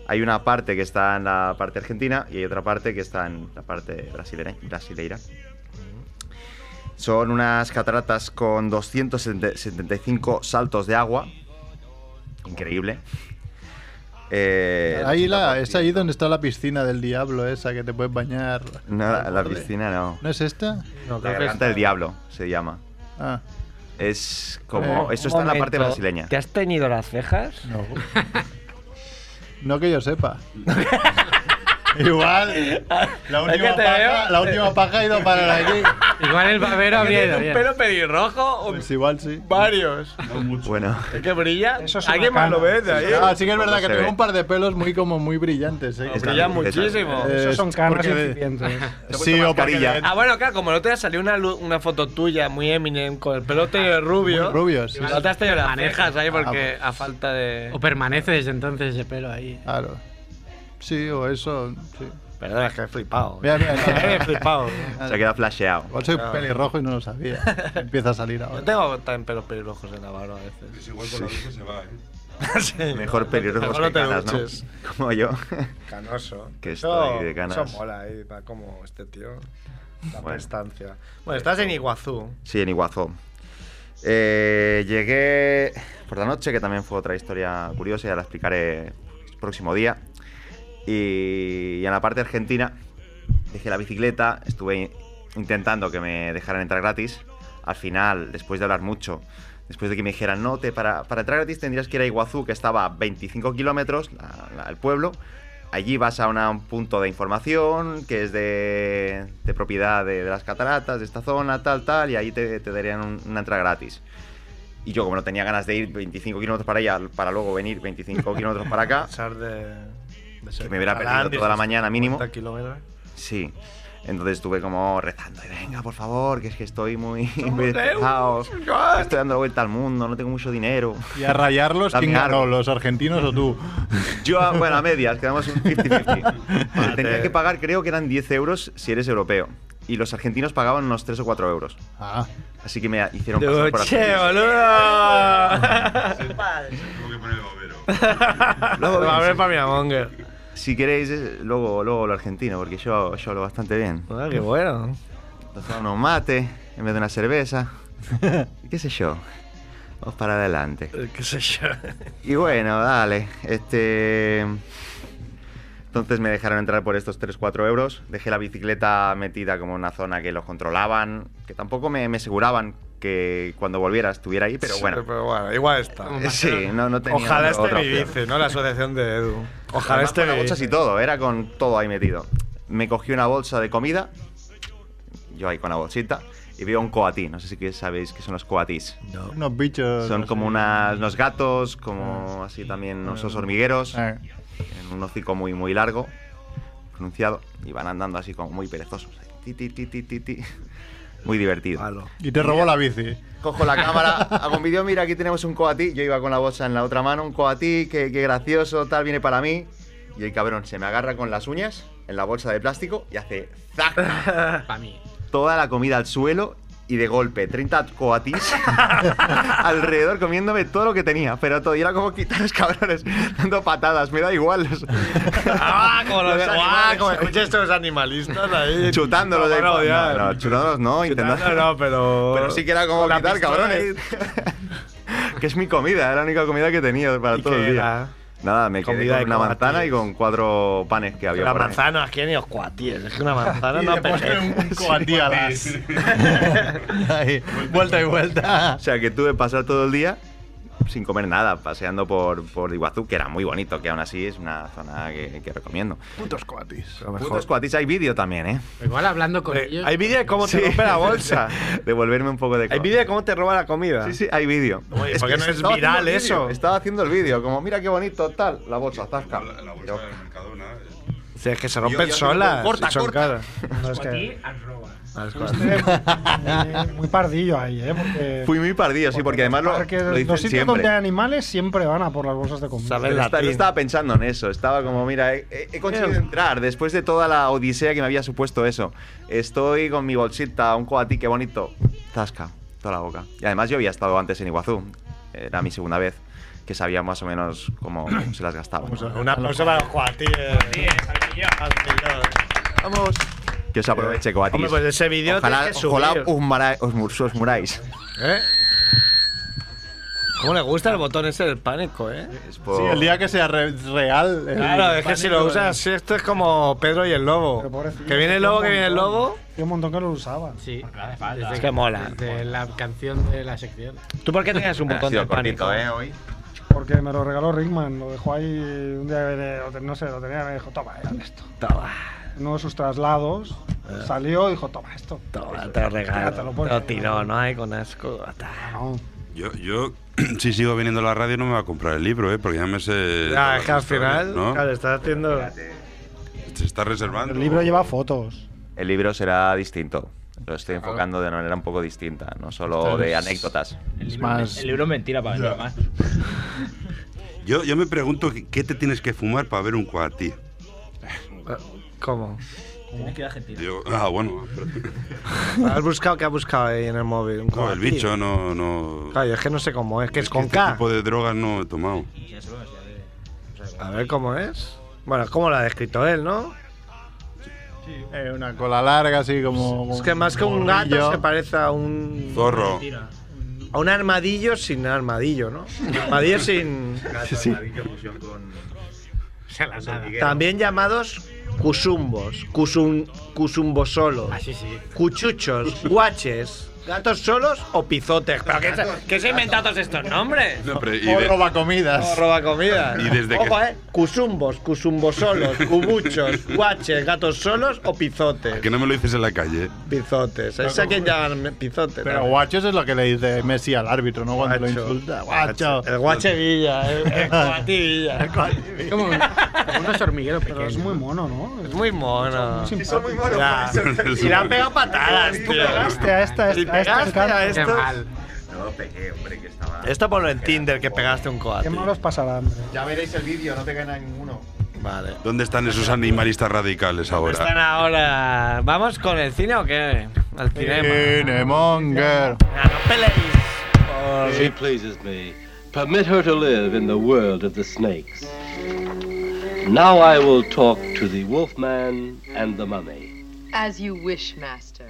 Speaker 11: Hay una parte que está en la parte argentina y hay otra parte que está en la parte brasilera- brasileira. Son unas cataratas con 275 saltos de agua. Increíble. Eh,
Speaker 5: Ahí la, es ahí donde está la piscina del diablo esa que te puedes bañar.
Speaker 11: no, la- la piscina no.
Speaker 5: ¿No es esta?
Speaker 1: No,
Speaker 11: La garganta del diablo se llama.
Speaker 5: Ah.
Speaker 11: Es como...
Speaker 1: Eh,
Speaker 11: eso
Speaker 1: un
Speaker 11: está en la
Speaker 1: momento,
Speaker 11: parte brasileña.
Speaker 1: ¿Te has teñido las cejas?
Speaker 5: No. No que yo sepa. Igual. La
Speaker 1: Es que
Speaker 5: última,
Speaker 1: te
Speaker 5: paja,
Speaker 1: veo-
Speaker 5: la última paja ha ido para la aquí.
Speaker 2: Igual el babero habría ido
Speaker 1: ¿Tienes
Speaker 2: bien.
Speaker 1: un pelo pelirrojo?
Speaker 5: Pues igual sí.
Speaker 1: Varios.
Speaker 11: Bueno.
Speaker 1: Es que brilla.
Speaker 3: Eso es
Speaker 1: ¿Alguien
Speaker 3: una
Speaker 1: más lo
Speaker 3: cana.
Speaker 1: ve de ahí?
Speaker 5: Ah, sí que es verdad
Speaker 11: se
Speaker 5: que tengo
Speaker 11: ve.
Speaker 5: un par de pelos muy como muy brillantes. ¿eh?
Speaker 1: Brilla muchísimo.
Speaker 5: Eh,
Speaker 3: Esos son canas
Speaker 5: porque de-
Speaker 1: eh.
Speaker 3: incipientes.
Speaker 5: Sí, o carilla.
Speaker 1: Ah, bueno, claro, como el otro día salió una, lu- una foto tuya muy Eminem con el pelote rubio.
Speaker 5: Rubios. sí, Ah, sí.
Speaker 1: No te has tenido las cejas ahí porque a falta de.
Speaker 2: O permanece desde entonces ese pelo
Speaker 1: eh.
Speaker 2: ahí.
Speaker 5: Claro. Sí, o eso. Sí.
Speaker 1: Perdón,
Speaker 5: pues,
Speaker 1: es que he flipado.
Speaker 5: Mira, mira, mira.
Speaker 1: he flipado.
Speaker 11: Se queda flasheado.
Speaker 5: Igual soy
Speaker 1: Claro.
Speaker 5: pelirrojo y no lo sabía. Empieza a salir ahora.
Speaker 1: Yo tengo también pelos pelirrojos en la barba a veces.
Speaker 10: Es igual con la ducha se va, ¿eh?
Speaker 1: Sí.
Speaker 11: Mejor pelirrojos
Speaker 1: Mejor no
Speaker 11: que
Speaker 1: te
Speaker 11: canas, ¿no?
Speaker 1: duches.
Speaker 11: Como yo.
Speaker 1: Canoso.
Speaker 11: Que
Speaker 1: Eso-
Speaker 11: estoy de canas.
Speaker 1: Eso mola ahí,
Speaker 3: eh,
Speaker 1: va como este tío. La
Speaker 11: Bueno.
Speaker 1: prestancia. Bueno, estás en Iguazú.
Speaker 11: Sí, en Iguazú. Eh, llegué por la noche, que también fue otra historia curiosa, ya la explicaré el próximo día. Y, y en la parte argentina dejé la bicicleta, estuve intentando que me dejaran entrar gratis. Al final, después de hablar mucho, después de que me dijeran, no, te, para, para entrar gratis tendrías que ir a Iguazú, que estaba a 25 kilómetros, la- la- el pueblo. Allí vas a una- un punto de información que es de, de propiedad de, de las cataratas, de esta zona, tal, tal, y ahí te, te darían un- una entrada gratis. Y yo, como no tenía ganas de ir 25 kilómetros para allá, para luego venir 25 kilómetros para acá,
Speaker 1: Pasar de. de ser
Speaker 11: Que me hubiera
Speaker 1: catalán,
Speaker 11: perdido toda la
Speaker 1: dices,
Speaker 11: mañana mínimo.
Speaker 1: 40 kilómetros.
Speaker 11: Sí. Entonces estuve como rezando, y venga, por favor, que es que estoy muy, muy despejado,
Speaker 1: oh
Speaker 11: estoy dando la vuelta al mundo, no tengo mucho dinero.
Speaker 5: Y a rayarlos, ¿quién
Speaker 11: Laminarlo.
Speaker 5: ganó? ¿Los argentinos o tú?
Speaker 11: Yo, bueno, a medias, quedamos un 50-50. Tenía que pagar, creo que eran 10 euros si eres europeo. Y los argentinos pagaban unos 3 o 4 euros.
Speaker 5: Ah,
Speaker 11: Así que me hicieron pasar por
Speaker 1: ¡Duche,
Speaker 11: argentino.
Speaker 1: boludo!
Speaker 10: Tengo que poner el babero.
Speaker 11: Luego
Speaker 1: Lo abre
Speaker 11: bien,
Speaker 1: para mi Amonger.
Speaker 11: Si queréis, eh, luego, luego lo argentino, porque yo, yo hablo bastante bien.
Speaker 1: Ah, qué bueno.
Speaker 11: Nos da unos mate en vez de una cerveza. ¿Qué sé yo? Vamos para adelante.
Speaker 1: Eh, ¿Qué sé yo?
Speaker 11: Y bueno, dale. Este. Entonces me dejaron entrar por estos 3-4 euros. Dejé la bicicleta metida como en una zona que los controlaban. Que tampoco me, me aseguraban que cuando volviera estuviera ahí, pero bueno. Eh,
Speaker 1: Pero bueno, igual está.
Speaker 11: Sí, no, no tenía
Speaker 1: Ojalá
Speaker 11: otra-
Speaker 1: esté mi
Speaker 11: otra opción.
Speaker 1: bici, ¿no? La asociación de Edu. Ojalá este
Speaker 11: Además,
Speaker 1: esté
Speaker 11: con
Speaker 1: mi
Speaker 11: las bolsas y
Speaker 1: bici.
Speaker 11: todo, era con todo ahí metido. Me cogí una bolsa de comida, yo ahí con la bolsita, y veo un coatí. No sé si que sabéis qué son los coatís.
Speaker 5: unos bichos.
Speaker 11: Son
Speaker 5: no
Speaker 11: como
Speaker 5: sé.
Speaker 11: unas, unos gatos, como así también unos osos hormigueros,
Speaker 5: Ah,
Speaker 11: en un hocico muy, muy largo, pronunciado, y van andando así como muy perezosos. Ti, ti, ti, ti, ti, ti. Muy divertido.
Speaker 1: Malo.
Speaker 5: Y te robó la bici.
Speaker 11: Cojo la cámara, hago un vídeo, mira, aquí tenemos un coatí. Yo iba con la bolsa en la otra mano, un coatí, qué, qué gracioso, tal, viene para mí. Y el cabrón se me agarra con las uñas en la bolsa de plástico y hace ¡zac!
Speaker 2: Para mí.
Speaker 11: toda la comida al suelo y de golpe 30 coatís alrededor comiéndome todo lo que tenía. Pero todo, y era como quitaros cabrones, dando patadas, me da igual. los-
Speaker 1: ¡Ah! Como, lo
Speaker 11: Los
Speaker 1: de, ¡Ah!
Speaker 11: animales.
Speaker 1: como escuché estos animalistas ahí.
Speaker 11: Chutándolos de
Speaker 1: No, no, ya.
Speaker 11: No, no, chutándolos no, intentando.
Speaker 1: Chutando no, pero.
Speaker 11: Pero sí que era como
Speaker 1: Con la
Speaker 11: quitar,
Speaker 1: pistola
Speaker 11: cabrones. que es mi comida, es la única comida que he tenido para
Speaker 1: ¿Y
Speaker 11: todo
Speaker 1: qué
Speaker 11: el día.
Speaker 1: era?
Speaker 11: Nada, me quedé
Speaker 1: Comida
Speaker 11: con
Speaker 1: de
Speaker 11: una
Speaker 1: comatíes.
Speaker 11: manzana y con cuatro panes que había
Speaker 1: La
Speaker 11: por ahí.
Speaker 1: manzana aquí ni los cuatíes. Es que una manzana no apetece.
Speaker 5: a las. Ahí, Vuelta y vuelta.
Speaker 11: O sea, que tuve que pasar todo el día sin comer nada, paseando por, por Iguazú, que era muy bonito, que aún así es una zona que, que recomiendo.
Speaker 5: Putos coatis.
Speaker 11: Lo mejor Coatis, hay vídeo también, ¿eh?
Speaker 2: Igual hablando con ellos.
Speaker 1: Hay vídeo de cómo te rompe la bolsa.
Speaker 11: Devolverme un poco de
Speaker 1: Hay
Speaker 11: coatis.
Speaker 1: vídeo de cómo te roba la comida.
Speaker 11: Sí, sí, hay vídeo.
Speaker 1: Oye,
Speaker 11: Es
Speaker 1: ¿por qué
Speaker 11: que
Speaker 1: no es
Speaker 11: estaba haciendo
Speaker 1: viral
Speaker 11: el vídeo,
Speaker 1: eso?
Speaker 11: Estaba haciendo el vídeo, como mira qué bonito, tal, la bolsa, zasca. Yo-
Speaker 1: O sea, es que se
Speaker 11: Yo-
Speaker 1: rompen
Speaker 11: yo-
Speaker 1: solas.
Speaker 11: corta,
Speaker 1: y son
Speaker 11: corta.
Speaker 1: caras.
Speaker 3: No, es que-
Speaker 1: Las
Speaker 3: Usted es muy- muy pardillo ahí, ¿eh? Porque
Speaker 11: Fui muy pardillo, sí, porque además lo,
Speaker 3: parques-
Speaker 11: lo dicen
Speaker 3: los sitios
Speaker 11: siempre.
Speaker 3: donde hay animales siempre van a por las bolsas de comida.
Speaker 11: Pero esta- yo estaba pensando en eso, estaba como, mira, he, he- he conseguido entrar después de toda la odisea que me había supuesto eso. Estoy con mi bolsita, un coatí, qué bonito. Zasca, toda la boca. Y además yo había estado antes en Iguazú, era mi segunda vez, que sabía más o menos cómo se las gastaba.
Speaker 1: Un aplauso para los cuatíes.
Speaker 11: Vamos. Que os aproveche, coatís.
Speaker 1: Hombre, pues ese vídeo
Speaker 11: Ojalá,
Speaker 1: tienes que
Speaker 11: ojalá
Speaker 1: subir.
Speaker 11: os, mara- os mur- os muráis.
Speaker 1: ¿Eh? ¿Cómo le gusta el botón ese del pánico, eh?
Speaker 11: por-
Speaker 5: Sí, el día que sea re- real. el
Speaker 1: Claro, es que si lo
Speaker 5: pánico,
Speaker 1: usas, sí, esto es como Pedro y el
Speaker 3: Pero
Speaker 1: lobo.
Speaker 3: pobrecillo,
Speaker 1: Que viene el lobo, que viene el
Speaker 3: un montón.
Speaker 1: lobo.
Speaker 3: Hay un montón que lo usaban.
Speaker 2: Sí.
Speaker 1: Desde- Ah, Es que mola.
Speaker 2: Desde la canción de la sección.
Speaker 1: ¿Tú por qué tenías un
Speaker 11: Ha
Speaker 1: botón
Speaker 11: sido
Speaker 1: del
Speaker 11: cortito,
Speaker 1: pánico?
Speaker 11: ¿eh? Hoy.
Speaker 3: Porque me lo regaló Rickman, lo dejó ahí un día, eh, lo ten- no sé, lo tenía, me dijo, toma, era esto.
Speaker 1: Toma,
Speaker 3: En uno de sus traslados
Speaker 11: Ah.
Speaker 3: salió y dijo, toma esto.
Speaker 1: toma, te lo
Speaker 3: Te
Speaker 1: regalo.
Speaker 3: lo
Speaker 1: Te
Speaker 3: pones
Speaker 1: lo
Speaker 3: ahí,
Speaker 1: tiró, ¿no? Ay, con asco. ata.
Speaker 10: Yo, yo, si sigo viniendo a la radio, no me va a comprar el libro, ¿eh? Porque ya me sé.
Speaker 1: Ah, es que al final,
Speaker 10: ¿no?
Speaker 1: claro, estás haciendo.
Speaker 10: Se está reservando.
Speaker 3: El libro lleva fotos.
Speaker 11: El libro será distinto. Lo estoy enfocando de una manera un poco distinta, no solo
Speaker 5: Claro,
Speaker 11: de
Speaker 5: es-
Speaker 11: anécdotas.
Speaker 4: El libro,
Speaker 5: más-
Speaker 4: el libro es mentira para vender más.
Speaker 10: Yo, yo me pregunto que- qué te tienes que fumar para ver un cuatí.
Speaker 1: Eh, ¿Cómo?
Speaker 4: Tienes que ir a Argentina.
Speaker 10: Digo, ah, bueno. pero-
Speaker 1: ¿Has buscado qué has buscado ahí en el móvil? ¿Un
Speaker 10: No, el
Speaker 1: coatí?
Speaker 10: bicho no. no
Speaker 1: Claro, es que no sé cómo es, que es,
Speaker 10: que
Speaker 1: con
Speaker 10: este
Speaker 1: K.
Speaker 10: tipo de drogas no he tomado.
Speaker 4: Ya se lo vas a ver.
Speaker 1: A ver cómo es. Bueno, es como lo ha descrito él, ¿no?
Speaker 5: Eh, una cola larga, así como.
Speaker 1: Es que más que un gato
Speaker 5: morrillo.
Speaker 1: se parece a un.
Speaker 10: Zorro.
Speaker 1: A un armadillo sin armadillo, ¿no? Armadillo sin. También llamados cusumbos, cusun, cusumbosolos,
Speaker 5: Ah,
Speaker 2: Así sí.
Speaker 1: cuchuchos, guaches, gatos solos o pizotes. ¿Pero qué, se- qué se inventan todos estos nombres?
Speaker 10: No, pero y
Speaker 5: O
Speaker 10: de-
Speaker 5: roba
Speaker 1: No,
Speaker 5: comidas.
Speaker 1: roba comida.
Speaker 10: Y desde
Speaker 1: Ojo,
Speaker 10: que-
Speaker 1: eh. Cusumbos, cusumbosolos, cubuchos, guaches, gatos solos o pizotes.
Speaker 10: que no me lo dices en la calle. ¿eh?
Speaker 1: Pizotes. ¿Sabes a quién llaman pizotes?
Speaker 5: Pero guachos es lo que le dice Messi al árbitro, ¿no? Cuando lo
Speaker 1: Guacho.
Speaker 5: insulta. Guacho.
Speaker 1: El eh. guache Villa, el, el guati Villa.
Speaker 2: Es como, un- como unos hormigueros
Speaker 3: Pero
Speaker 2: pequeños.
Speaker 3: es muy mono, ¿no?
Speaker 1: Es muy mono.
Speaker 3: simpático.
Speaker 1: Ya.
Speaker 10: ser.
Speaker 1: Y le han pegado patadas, tío.
Speaker 3: Este, a esta, a
Speaker 1: Y
Speaker 3: esta, a esta
Speaker 1: pegaste a
Speaker 3: encanta.
Speaker 2: Qué
Speaker 1: estos.
Speaker 2: mal.
Speaker 11: No, pegué, hombre, que estaba.
Speaker 1: Esto ponlo en Tinder, que pegaste un coate.
Speaker 3: Qué malos pasarán. hombre.
Speaker 5: Ya veréis el vídeo, no te gana ninguno.
Speaker 1: Vale.
Speaker 10: ¿Dónde están esos animalistas radicales
Speaker 1: ¿Dónde Están
Speaker 10: ahora?
Speaker 1: ahora. ¿Vamos con el cine o qué? Al cinema.
Speaker 5: Cinemonger.
Speaker 1: Ah, no peleéis.
Speaker 13: She pleases me. Permit her to live in the world of the snakes. Now I will talk to the wolfman and the mummy.
Speaker 7: As you wish, master.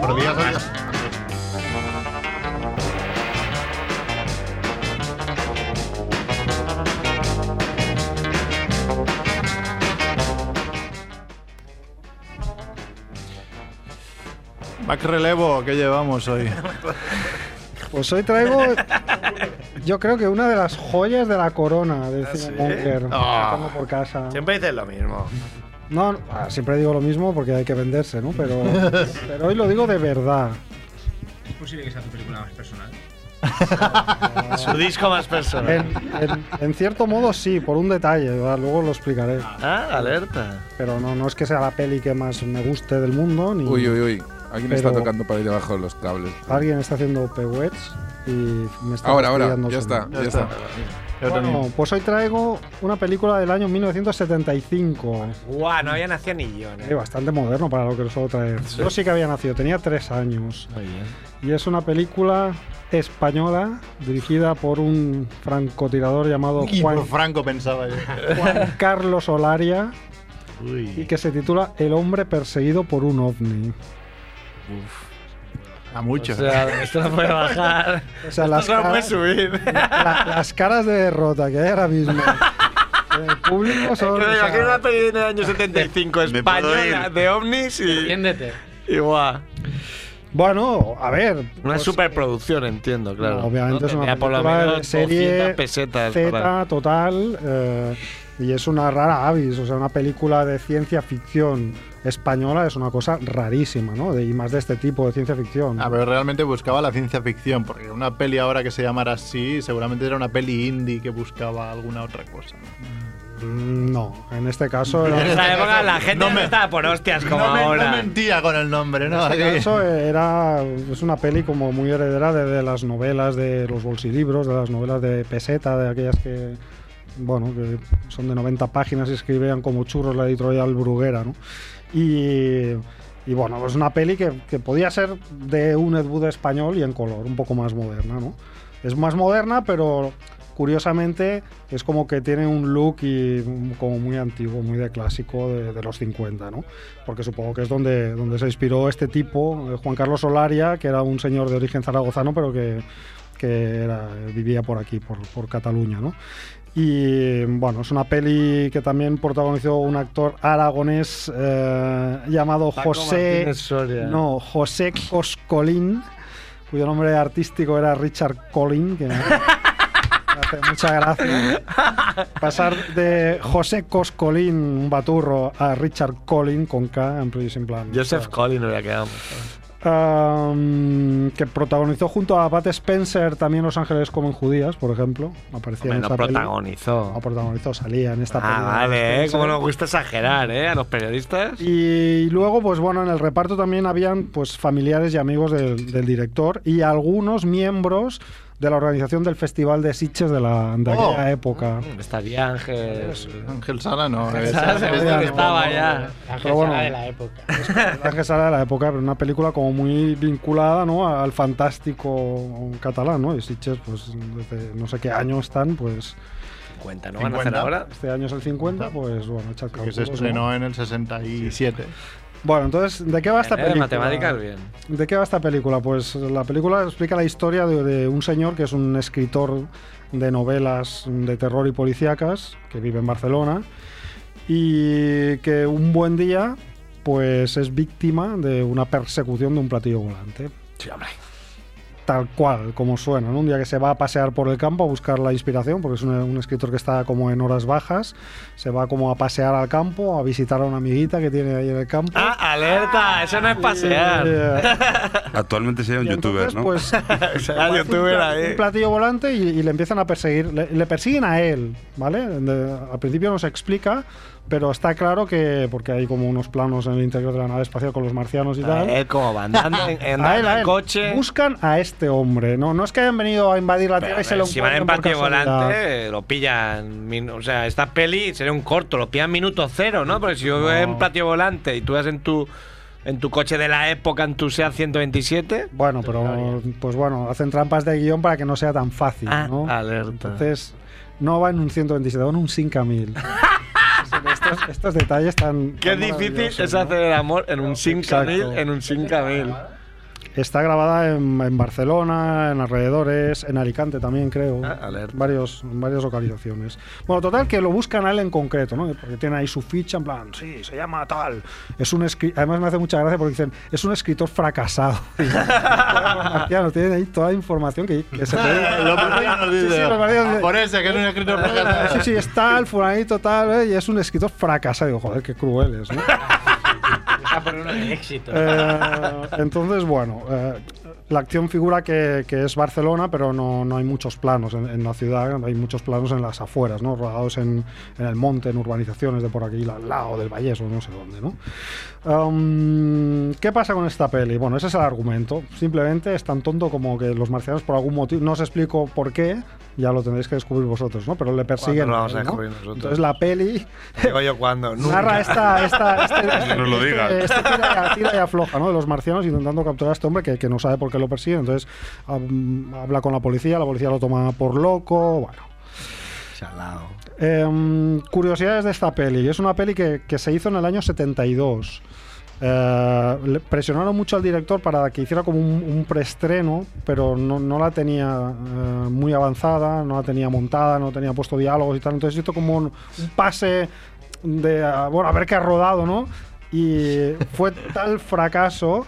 Speaker 5: Por Dios, adiós. Back relevo que llevamos hoy.
Speaker 3: Pues hoy traigo, yo creo que una de las joyas de la corona del
Speaker 1: ¿Ah, sí?
Speaker 3: cine Bunker.
Speaker 1: Ah.
Speaker 3: que tengo por casa.
Speaker 1: Siempre dices lo mismo.
Speaker 3: No, no, ah, siempre digo lo mismo porque hay que venderse, ¿no? Pero, pero hoy lo digo de verdad.
Speaker 4: ¿Es posible que sea tu película más personal? Ah.
Speaker 1: Su disco más personal.
Speaker 3: En, en- en cierto modo sí, por un detalle, ¿verdad? luego lo explicaré.
Speaker 1: Ah, alerta.
Speaker 3: Pero no, no es que sea la peli que más me guste del mundo, ni
Speaker 6: Uy, uy, uy. Alguien está
Speaker 3: Pero-
Speaker 6: tocando para ir debajo de los cables.
Speaker 3: alguien está haciendo pehuets y me está
Speaker 6: Ahora, ahora.
Speaker 3: fastidiando
Speaker 6: Ya
Speaker 3: el
Speaker 6: está,
Speaker 3: sonido.
Speaker 6: ya está.
Speaker 5: Yo
Speaker 3: Bueno,
Speaker 5: también.
Speaker 3: pues hoy traigo una película del año 1975.
Speaker 1: Guau, no había nacido ni yo,
Speaker 3: Eh,
Speaker 1: ¿eh?
Speaker 3: bastante moderno para lo que lo suelo traer. Yo sí que había nacido, tenía tres años.
Speaker 1: Muy bien.
Speaker 3: Y es una película española dirigida por un francotirador llamado
Speaker 5: Y
Speaker 3: Juan,
Speaker 5: por Franco pensaba yo.
Speaker 3: Juan Carlos Olaria, y que se titula El hombre perseguido por un ovni.
Speaker 5: A mucho.
Speaker 1: O sea, esto no puede bajar.
Speaker 3: O sea,
Speaker 1: Esto
Speaker 3: las
Speaker 1: no puede
Speaker 3: caras-
Speaker 1: subir.
Speaker 3: La- las caras de derrota que hay ahora mismo. en El público son.
Speaker 1: Yo
Speaker 3: o
Speaker 1: me
Speaker 3: sea,
Speaker 1: imagino una peli del año 75 española de ovnis y. Defiéndete. Igual.
Speaker 3: bueno, a ver.
Speaker 1: Una
Speaker 3: pues,
Speaker 1: superproducción, entiendo, claro.
Speaker 3: No, obviamente
Speaker 1: ¿No?
Speaker 3: es una
Speaker 1: Tenía por lo
Speaker 3: película de
Speaker 1: menos
Speaker 3: serie
Speaker 1: 200 pesetas.
Speaker 3: Z
Speaker 1: para-
Speaker 3: total eh, y es una rara avis, o sea, una película de ciencia ficción española es una cosa rarísima, ¿no? De- y más de este tipo de ciencia ficción.
Speaker 5: Ah, pero realmente buscaba la ciencia ficción, porque una peli ahora que se llamara así, seguramente era una peli indie que buscaba alguna otra cosa.
Speaker 3: Mm, No, en este caso
Speaker 5: En
Speaker 3: era,
Speaker 5: este
Speaker 1: La época la gente no, estaba por hostias como
Speaker 5: no, me- no
Speaker 1: ahora.
Speaker 5: mentía con el nombre,
Speaker 3: en
Speaker 5: ¿no?
Speaker 3: este
Speaker 5: Aquí.
Speaker 3: caso era es una peli como muy heredera de, de las novelas de los bolsilibros, de las novelas de peseta, de aquellas que bueno, que son de 90 páginas y escribían como churros la editorial Bruguera, ¿no? Y, y bueno, es una peli que, que podía ser de un Ed Wood español y en color, un poco más moderna, ¿no? Es más moderna, pero curiosamente es como que tiene un look y un- como muy antiguo, muy de clásico de, de los 50, ¿no? Porque supongo que es donde, donde se inspiró este tipo, eh, Juan Carlos Solaria, que era un señor de origen zaragozano, pero que, que era- vivía por aquí, por, por Cataluña, ¿no? Y bueno, es una peli que también protagonizó un actor aragonés eh, llamado
Speaker 1: Paco
Speaker 3: José.
Speaker 1: Martínez Soria.
Speaker 3: No, José Coscolín, cuyo nombre artístico era Richard Colin, que me hace mucha gracia. Pasar de José Coscolín, un baturro, a Richard Colin con K, en plan. en plan,
Speaker 1: Joseph Collins no había quedado.
Speaker 3: Um, que protagonizó junto a Pat Spencer también Los Ángeles comen judías, por ejemplo. Aparecía
Speaker 1: Hombre,
Speaker 3: en
Speaker 1: no
Speaker 3: esta peli.
Speaker 1: protagonizó.
Speaker 3: No protagonizó, salía en esta
Speaker 1: Ah,
Speaker 3: peli. de Pat
Speaker 1: vale, ¿eh?
Speaker 3: Spencer.
Speaker 1: Como nos gusta exagerar, ¿eh? A los periodistas.
Speaker 3: Y luego, pues bueno, en el reparto también habían pues familiares y amigos del, del director y algunos miembros de la organización del Festival de Sitges de la de
Speaker 1: Oh.
Speaker 3: aquella época.
Speaker 5: Mm,
Speaker 1: Estaría Ángel.
Speaker 5: Ángel Sala no.
Speaker 1: Ángel
Speaker 5: es-
Speaker 1: Sala
Speaker 5: es-
Speaker 1: seguro
Speaker 5: es-
Speaker 1: que estaba ya.
Speaker 3: Pero bueno,
Speaker 2: de la época.
Speaker 3: pues, Ángel Sala de la época, pero una película como muy vinculada ¿no? al fantástico catalán, ¿no? Y Sitges, pues desde no sé qué año están, pues...
Speaker 1: 50,
Speaker 5: ¿no van a hacer 50. ahora?
Speaker 3: Este año es el 50, pues bueno, echad
Speaker 5: Que se
Speaker 3: cálculos, ¿no?
Speaker 5: estrenó en el 67.
Speaker 3: Bueno, entonces, ¿de qué va esta
Speaker 1: Bien, ¿eh?
Speaker 3: película?
Speaker 1: Matemáticas, bien.
Speaker 3: ¿De qué va esta película? Pues la película explica la historia de, de un señor que es un escritor de novelas de terror y policíacas que vive en Barcelona y que un buen día pues es víctima de una persecución de un platillo volante.
Speaker 1: Sí, hombre.
Speaker 3: Tal cual, como suena, ¿no? Un día que se va a pasear por el campo a buscar la inspiración, porque es un, un escritor que está como en horas bajas, se va como a pasear al campo, a visitar a una amiguita que tiene ahí en el campo.
Speaker 1: Ah, alerta, eso no es pasear.
Speaker 10: Actualmente sería un youtuber, ¿no?
Speaker 3: Pues
Speaker 1: Será youtuber
Speaker 3: un
Speaker 1: ahí.
Speaker 3: platillo volante y, y le empiezan a perseguir. Le, le persiguen a él, ¿vale? De- al principio no se explica, pero está claro que. Porque hay como unos planos en el interior de la nave espacial con los marcianos y tal.
Speaker 1: Él como va andando en, en-
Speaker 3: A él,
Speaker 1: en
Speaker 3: a él.
Speaker 1: Ah, eh, coche.
Speaker 3: Buscan a este hombre. No, no es que hayan venido a invadir la Tierra y se lo
Speaker 1: si van en
Speaker 3: encuentran por
Speaker 1: patio
Speaker 3: casualidad.
Speaker 1: volante, lo pillan. min- O sea, esta peli sería un corto, lo pillan minuto cero, ¿no? Porque si yo voy en patio volante y tú vas en tu, en tu coche de la época, en tu SEAT 127.
Speaker 3: Bueno, pero pues bueno, hacen trampas de guión para que no sea tan fácil,
Speaker 1: Ah,
Speaker 3: ¿no?
Speaker 1: alerta.
Speaker 3: Entonces, no va en un 127, va en un 5000. estos, estos detalles tan.
Speaker 1: Qué
Speaker 3: tan
Speaker 1: difícil
Speaker 3: maravillosos,
Speaker 1: es
Speaker 3: ¿no?
Speaker 1: hacer el amor en un 5000,
Speaker 3: Exacto.
Speaker 1: en un 5000.
Speaker 3: Está grabada en, en Barcelona, en alrededores, en Alicante también, creo.
Speaker 5: Ah,
Speaker 3: varios, en varias localizaciones. Bueno, total, que lo buscan a él en concreto, ¿no? Porque tiene ahí su ficha, en plan, sí, se llama tal. Es un escri- Además, me hace mucha gracia porque dicen, es un escritor fracasado. Marciano, tienen ahí toda la información que, que se puede.
Speaker 5: Lo primero nos dice,
Speaker 3: Sí, sí, los maridos de-
Speaker 5: Por ese, que es un escritor
Speaker 3: Sí, sí, es tal, fulanito, tal, ¿eh? y es un escritor fracasado. Digo, joder, qué cruel es, ¿no?
Speaker 2: Está por uno de éxito.
Speaker 3: Eh, entonces, bueno, eh, la acción figura que, que es Barcelona, pero no, no hay muchos planos en, en la ciudad, hay muchos planos en las afueras, ¿no? Rodados en, en el monte, en urbanizaciones de por aquí, al lado del Vallés o no sé dónde, ¿no? Um, ¿Qué pasa con esta peli? Bueno, ese es el argumento. Simplemente es tan tonto como que los marcianos por algún motivo, no os explico por qué, ya lo tendréis que descubrir vosotros, ¿no? Pero le persiguen.
Speaker 1: lo vamos a
Speaker 3: ¿no?
Speaker 1: descubrir nosotros?
Speaker 3: Entonces la peli
Speaker 1: Digo yo cuando.
Speaker 3: narra esta, esta, este-
Speaker 1: No nos lo
Speaker 3: este-
Speaker 1: digas.
Speaker 3: este tira, y- tira y afloja, ¿no? De los marcianos intentando capturar a este hombre que, que no sabe por qué lo persiguen. Entonces hab- habla con la policía, la policía lo toma por loco. Bueno, Em, curiosidades de esta peli. Es una peli que, que se hizo en el año 72. Eh, le presionaron mucho al director para que hiciera como un, un preestreno, pero no, no la tenía eh, muy avanzada, no la tenía montada, no tenía puesto diálogos y tal. Entonces hizo como un, un pase de, ah, bueno, a ver qué ha rodado, ¿no? Y fue tal fracaso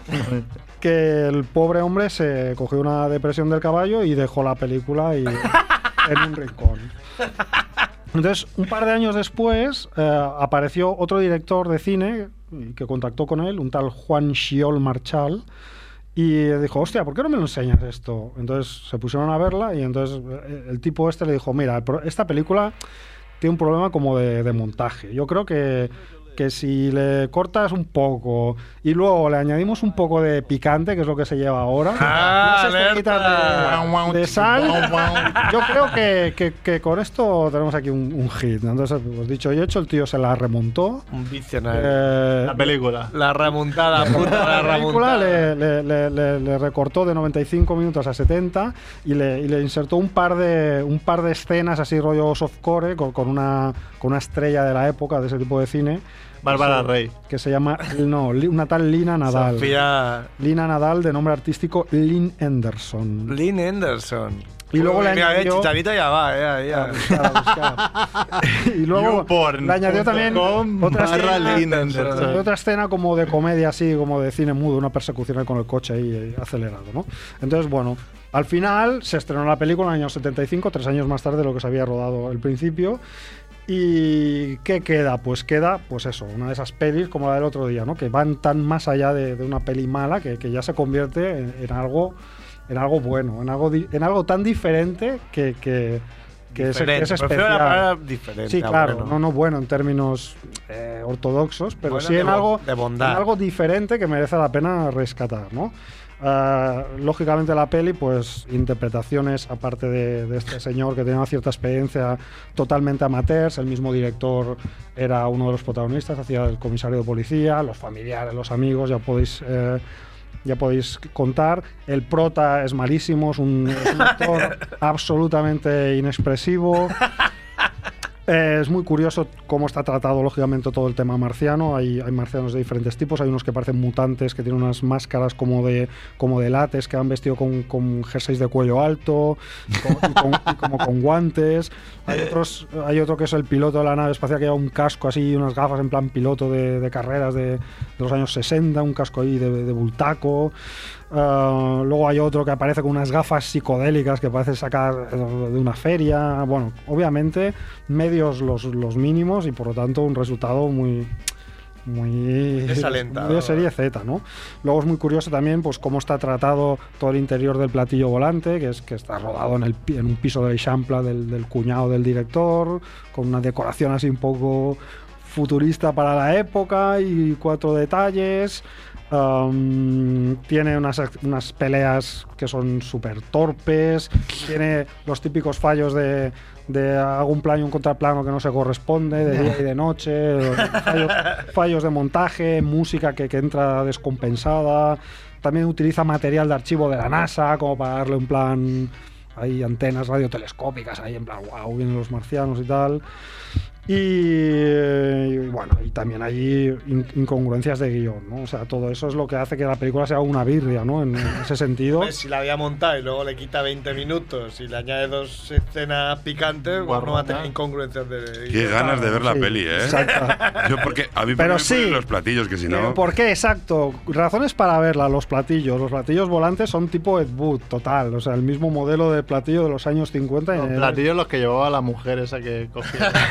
Speaker 3: que el pobre hombre se cogió una depresión del caballo y dejó la película y, en un rincón. Entonces, un par de años después, eh, apareció otro director de cine eh, que contactó con él, un tal Juan Shiol Marchal, y dijo, hostia, ¿por qué no me lo enseñas esto? Entonces se pusieron a verla y entonces eh, el tipo este le dijo, mira, el pro- esta película tiene un problema como de, de montaje. Yo creo que, que si le cortas un poco y luego le añadimos un poco de picante, que es lo que se lleva ahora,
Speaker 14: Ah,
Speaker 1: Ah.
Speaker 3: unas estrellitas de, de sal, yo creo que, que- que con esto tenemos aquí un, un hit. ¿no? Entonces, pues dicho y hecho, el tío se la remontó.
Speaker 1: Un
Speaker 3: Eh,
Speaker 1: La película. La remontada, puta, la
Speaker 3: La
Speaker 1: remontada.
Speaker 3: película le, le- le- le- le recortó de 95 minutos a 70 y le, y le insertó un par de un par de escenas así rollo softcore con, con una con una estrella de la época de ese tipo de cine.
Speaker 5: Bárbara
Speaker 3: Que se-
Speaker 5: Rey.
Speaker 3: Que se llama no, Li- una tal Lina Nadal.
Speaker 1: Sofía-
Speaker 3: Lina Nadal de nombre artístico Lynn Anderson.
Speaker 1: Lynn Anderson.
Speaker 3: Y luego le
Speaker 1: mira, eh,
Speaker 3: añadió-
Speaker 1: Chicharito ya va, eh, ahí, ya.
Speaker 3: y luego le añadió también otra
Speaker 5: barra
Speaker 3: escena,
Speaker 5: Lynn Anderson.
Speaker 3: otra escena como de comedia así, como de cine mudo, una persecución ahí con el coche ahí eh, acelerado, ¿no? Entonces, bueno, al final se estrenó la película en el año 75, tres años más tarde de lo que se había rodado al principio. ¿Y qué queda? Pues queda, pues eso, una de esas pelis como la del otro día, ¿no? Que van tan más allá de, de una peli mala que, que ya se convierte en, en algo en algo bueno, en algo, di- en algo tan diferente que, que, que es,
Speaker 1: Diferente.
Speaker 3: que es especial.
Speaker 1: Prefiero la palabra diferente
Speaker 3: Sí,
Speaker 1: a
Speaker 3: claro.
Speaker 1: bueno.
Speaker 3: No, no bueno en términos eh, ortodoxos, pero
Speaker 1: Bueno,
Speaker 3: sí
Speaker 1: de
Speaker 3: en
Speaker 1: bo-
Speaker 3: algo,
Speaker 1: de bondad.
Speaker 3: en algo diferente que merece la pena rescatar, ¿no? Ah, lógicamente la peli, pues interpretaciones, aparte de, de este señor que tenía una cierta experiencia totalmente amateurs, el mismo director era uno de los protagonistas, hacía el comisario de policía, los familiares, los amigos, ya podéis... eh, ya podéis contar. El prota es malísimo, es un, es un actor absolutamente inexpresivo. Eh, es muy curioso cómo está tratado, lógicamente, todo el tema marciano. Hay, hay marcianos de diferentes tipos. Hay unos que parecen mutantes, que tienen unas máscaras como de, como de látex, que han vestido con, con jerseis de cuello alto, con- y con- y como con guantes. Hay, otros, hay otro que es el piloto de la nave espacial que lleva un casco así, unas gafas en plan piloto de, de carreras de, de los años 60, un casco ahí de, de bultaco. Ah, luego hay otro que aparece con unas gafas psicodélicas que parece sacar de una feria. Bueno, obviamente medios los, los mínimos y por lo tanto un resultado muy, muy
Speaker 1: Desalentador.
Speaker 3: muy de serie Z, ¿no? Luego es muy curioso también pues cómo está tratado todo el interior del platillo volante, que es que está rodado en, el, pi- en un piso de Champla del, del cuñado del director, con una decoración así un poco futurista para la época y cuatro detalles. Am, Um, tiene unas, ac- unas peleas que son súper torpes, tiene los típicos fallos de, de hago un plano y un contraplano que no se corresponde, de día y de noche, fallos, fallos de montaje, música que, que entra descompensada, también utiliza material de archivo de la NASA como para darle un plan, hay antenas radiotelescópicas ahí en plan, wow, vienen los marcianos y tal. Y, eh, y bueno, y también hay in- incongruencias de guión, ¿no? O sea, todo eso es lo que hace que la película sea una birria, ¿no? En, en ese sentido.
Speaker 14: Pues si la había montado y luego le quita 20 minutos y le añade dos escenas picantes, pues no va a tener incongruencias de.
Speaker 10: Qué ganas de ver la
Speaker 3: Sí,
Speaker 10: peli, ¿eh?
Speaker 3: exacto.
Speaker 10: Yo porque a mí
Speaker 3: Pero
Speaker 10: me
Speaker 3: sí.
Speaker 10: ponen los platillos, que si
Speaker 3: Pero
Speaker 10: no...
Speaker 3: ¿Por qué? Exacto. Razones para verla, los platillos. Los platillos volantes son tipo Ed Wood, total. O sea, el mismo modelo de platillo de los años 50. en el-
Speaker 5: Platillos los que llevaba la mujer esa que cogía.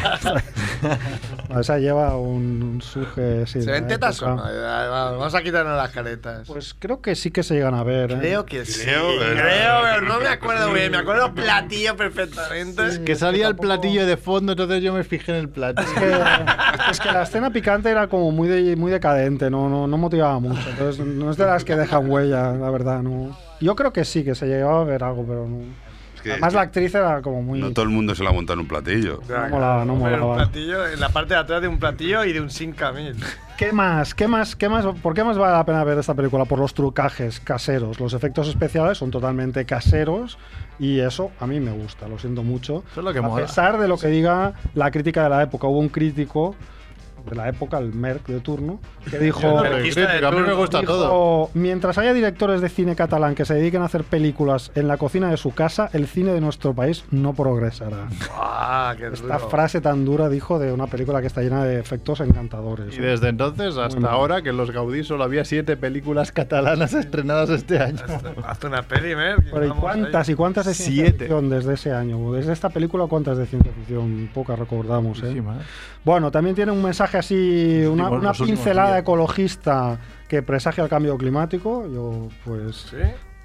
Speaker 3: O sea, lleva un, un suje... sí,
Speaker 14: ¿Se
Speaker 3: de
Speaker 14: ven
Speaker 3: la
Speaker 14: tetas o
Speaker 3: época.
Speaker 14: no? Ya, va- Vamos a quitarnos las caretas.
Speaker 3: Pues creo que sí que se llegan a ver. ¿eh?
Speaker 14: Creo que sí.
Speaker 3: Creo,
Speaker 14: Creo,
Speaker 3: ¿verdad?
Speaker 14: pero no me acuerdo bien. Me acuerdo platillo perfectamente.
Speaker 5: que salía el platillo de fondo, entonces yo me fijé en el platillo.
Speaker 3: Es que la escena picante era como muy, de- muy decadente, no, no, no motivaba mucho. Entonces, no es de las que dejan huella, la verdad. no Yo creo que sí, que se llegaba a ver algo, pero no.
Speaker 10: que-
Speaker 3: Además, la actriz era como muy.
Speaker 10: No todo el mundo se la monta en un platillo.
Speaker 3: No molaba, no
Speaker 14: Hombre, un
Speaker 3: molaba.
Speaker 14: platillo en la parte de atrás de un platillo y de un 5000.
Speaker 3: ¿Qué más? ¿Qué más? ¿Qué más? ¿Por qué más vale la pena ver esta película? Por los trucajes caseros. Los efectos especiales son totalmente caseros y eso a mí me gusta, lo siento mucho.
Speaker 5: Eso es lo que
Speaker 3: a
Speaker 5: mola.
Speaker 3: pesar de lo que diga la crítica de la época, hubo un crítico de la época, el Merck de turno, que dijo...
Speaker 5: El crítico, a mí me gusta
Speaker 3: dijo,
Speaker 5: todo.
Speaker 3: Mientras haya directores de cine catalán que se dediquen a hacer películas en la cocina de su casa, el cine de nuestro país no progresará.
Speaker 14: Ah, qué
Speaker 3: Esta
Speaker 14: duro.
Speaker 3: frase tan dura dijo de una película que está llena de efectos encantadores.
Speaker 5: Y desde entonces hasta
Speaker 3: Bueno.
Speaker 5: ahora, que en los Gaudí solo había siete películas catalanas estrenadas este año.
Speaker 14: Hazte una peli, Merck.
Speaker 3: Pero ¿y cuántas y cuántas de ciencia ficción desde ese año? Desde esta película, ¿cuántas de ciencia ficción? Pocas recordamos, ¿eh? Bueno, también tiene un mensaje así, una,
Speaker 5: últimos-
Speaker 3: una
Speaker 5: los últimos
Speaker 3: pincelada
Speaker 5: días.
Speaker 3: ecologista que presagia el cambio climático. Yo, pues...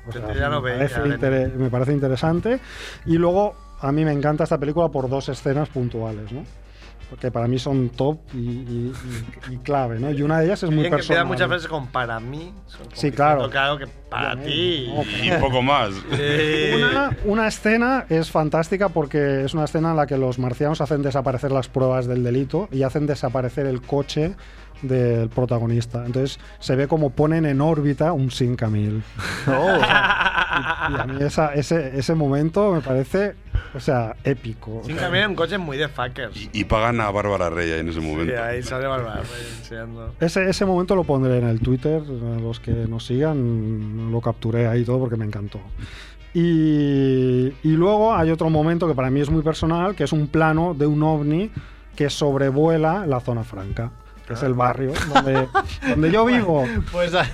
Speaker 3: o sea,
Speaker 14: Yo ya lo
Speaker 3: me,
Speaker 14: veía,
Speaker 3: parece
Speaker 14: Belén.
Speaker 3: inter- me parece interesante. Y luego, a mí me encanta esta película por dos escenas puntuales, ¿no? Porque para mí son top y, y- y- y clave, ¿no? Y una de ellas es muy
Speaker 14: Bien que empieza
Speaker 3: personal.
Speaker 14: muchas veces con para mí. son como
Speaker 3: Sí,
Speaker 14: diciendo,
Speaker 3: claro.
Speaker 14: Claro que para ti.
Speaker 10: Y poco más.
Speaker 1: Eh,
Speaker 3: Una, una escena es fantástica porque es una escena en la que los marcianos hacen desaparecer las pruebas del delito y hacen desaparecer el coche del protagonista. Entonces se ve como ponen en órbita un 5000.
Speaker 14: Oh,
Speaker 3: Y a mí esa- ese, ese momento me parece, o sea, épico.
Speaker 14: Sí, también un coche muy de fuckers.
Speaker 10: Y pagan a Bárbara Rey ahí en ese
Speaker 14: Sí,
Speaker 10: momento.
Speaker 14: ahí sale Bárbara Rey enseñando.
Speaker 3: Ese, ese momento lo pondré en el Twitter, a los que nos sigan, lo capturé ahí todo porque me encantó. Y, y luego hay otro momento que para mí es muy personal, que es un plano de un ovni que sobrevuela la zona franca, que es el barrio donde, donde yo vivo.
Speaker 5: Pues ah,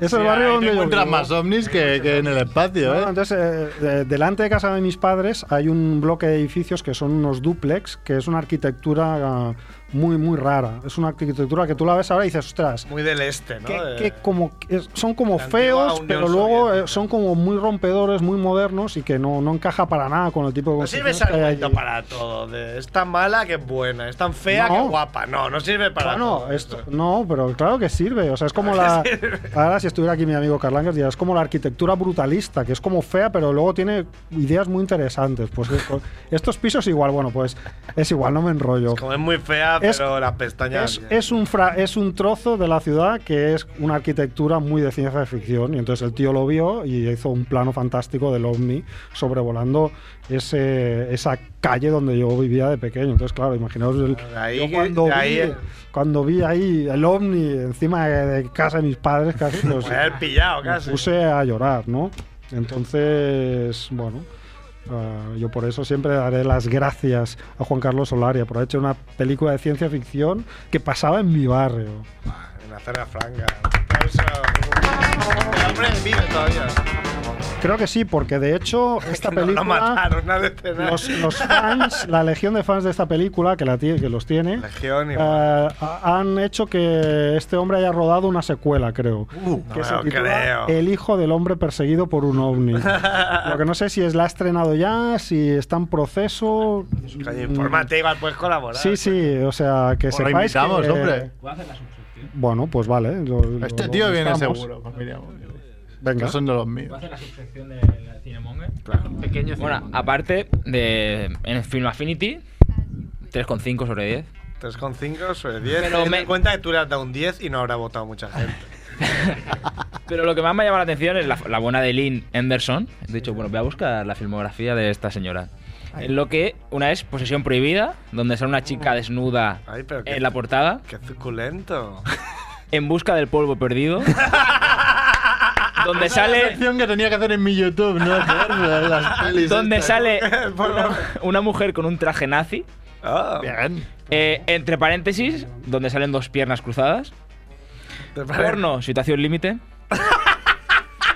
Speaker 3: Es
Speaker 5: sí,
Speaker 3: el barrio
Speaker 5: ahí te
Speaker 3: donde yo
Speaker 5: encuentras
Speaker 3: vivo.
Speaker 5: más ovnis que, que en el espacio,
Speaker 3: Bueno,
Speaker 5: ¿eh?
Speaker 3: entonces, eh, de- delante de casa de mis padres hay un bloque de edificios que son unos duplex, que es una arquitectura ah, muy, muy rara. Es una arquitectura que tú la ves ahora y dices, ostras,
Speaker 14: Muy del este, ¿no? De-
Speaker 3: que como que es- son como
Speaker 14: La antigua
Speaker 3: feos,
Speaker 14: Unión
Speaker 3: pero luego eh, son como muy rompedores, muy modernos y que no, no encaja para nada con el tipo de
Speaker 14: No sirve ese
Speaker 3: construcciones que hay
Speaker 14: argumento
Speaker 3: allí.
Speaker 14: para todo. de, es tan mala que es buena. Es tan fea
Speaker 3: No.
Speaker 14: que guapa. No, no sirve para
Speaker 3: Bueno,
Speaker 14: todo.
Speaker 3: esto- no, pero claro que sirve. O sea, es como la. Ahora, si estuviera aquí mi amigo Carlangers, diría, es como la arquitectura brutalista, que es como fea, pero luego tiene ideas muy interesantes. Pues es- estos pisos, igual, bueno, pues es igual, no me enrollo.
Speaker 14: Como es muy fea,
Speaker 3: Es-
Speaker 14: pero las pestañas.
Speaker 3: Es, es un fra- es un trozo de la ciudad que es una arquitectura muy de ciencia ficción. Y entonces el tío lo vio y hizo un plano fantástico del ovni sobrevolando ese, esa calle donde yo vivía de pequeño. Entonces, claro, imaginaos el-
Speaker 14: Ahí
Speaker 3: yo
Speaker 14: que-
Speaker 3: cuando,
Speaker 14: ahí-
Speaker 3: vi, cuando vi ahí el ovni encima de, de casa de mis padres casi. pues,
Speaker 14: Puede haber pillado
Speaker 3: me
Speaker 14: casi.
Speaker 3: puse a llorar, ¿no? Entonces, bueno, ah, yo por eso siempre daré las gracias a Juan Carlos Solaria por haber hecho una película de ciencia ficción que pasaba en mi barrio.
Speaker 14: En la zona franca. Aplauso. El hombre vive todavía.
Speaker 3: Creo que sí, porque de hecho esta
Speaker 14: No lo
Speaker 3: película,
Speaker 14: mataron este al escenario.
Speaker 3: los, los fans, la legión de fans de esta película, que, la tie- que los tiene,
Speaker 14: Legión y-
Speaker 3: ah, ha- han hecho que este hombre haya rodado una secuela, creo.
Speaker 14: Uh, no
Speaker 3: que
Speaker 14: me
Speaker 3: se
Speaker 14: lo
Speaker 3: titula
Speaker 14: creo.
Speaker 3: El hijo del hombre perseguido por un ovni. Lo que no sé si es la ha estrenado ya, si está en proceso.
Speaker 14: Coño, infórmate, igual puedes colaborar.
Speaker 3: Sí, sí, o sea, que
Speaker 14: Pues lo
Speaker 3: sepáis.
Speaker 14: invitamos,
Speaker 3: que-
Speaker 14: hombre.
Speaker 3: Bueno, pues vale. lo- lo-
Speaker 5: Este
Speaker 3: lo
Speaker 5: tío viene
Speaker 3: buscamos.
Speaker 5: seguro, pues miramos.
Speaker 3: Venga.
Speaker 5: Que son de los míos.
Speaker 4: hacer la subsección de la Cinemonger? Claro. Pequeño
Speaker 2: Bueno, aparte de en el Film Affinity, 3,5 sobre 10.
Speaker 14: 3,5 sobre 10.
Speaker 2: Pero
Speaker 14: Pero me
Speaker 2: me-
Speaker 14: en cuenta que tú le has dado un 10 y no habrá votado mucha gente.
Speaker 2: Pero lo que más me ha llamado la atención es la, la buena de Lynn Anderson. He dicho, bueno, voy a buscar la filmografía de esta señora. En lo que una es Posesión Prohibida, donde sale una chica desnuda
Speaker 14: Ay, pero qué,
Speaker 2: en la portada.
Speaker 14: qué suculento.
Speaker 2: En busca del polvo perdido. donde sale.
Speaker 5: sección que tenía que hacer en mi YouTube, ¿no? Hacer las pelis
Speaker 2: donde
Speaker 5: estas.
Speaker 2: sale una, una mujer con un traje nazi.
Speaker 5: Ah. Bien.
Speaker 2: Eh, entre paréntesis, donde salen dos piernas cruzadas.
Speaker 14: ¿Te parece?
Speaker 2: Porno, situación límite.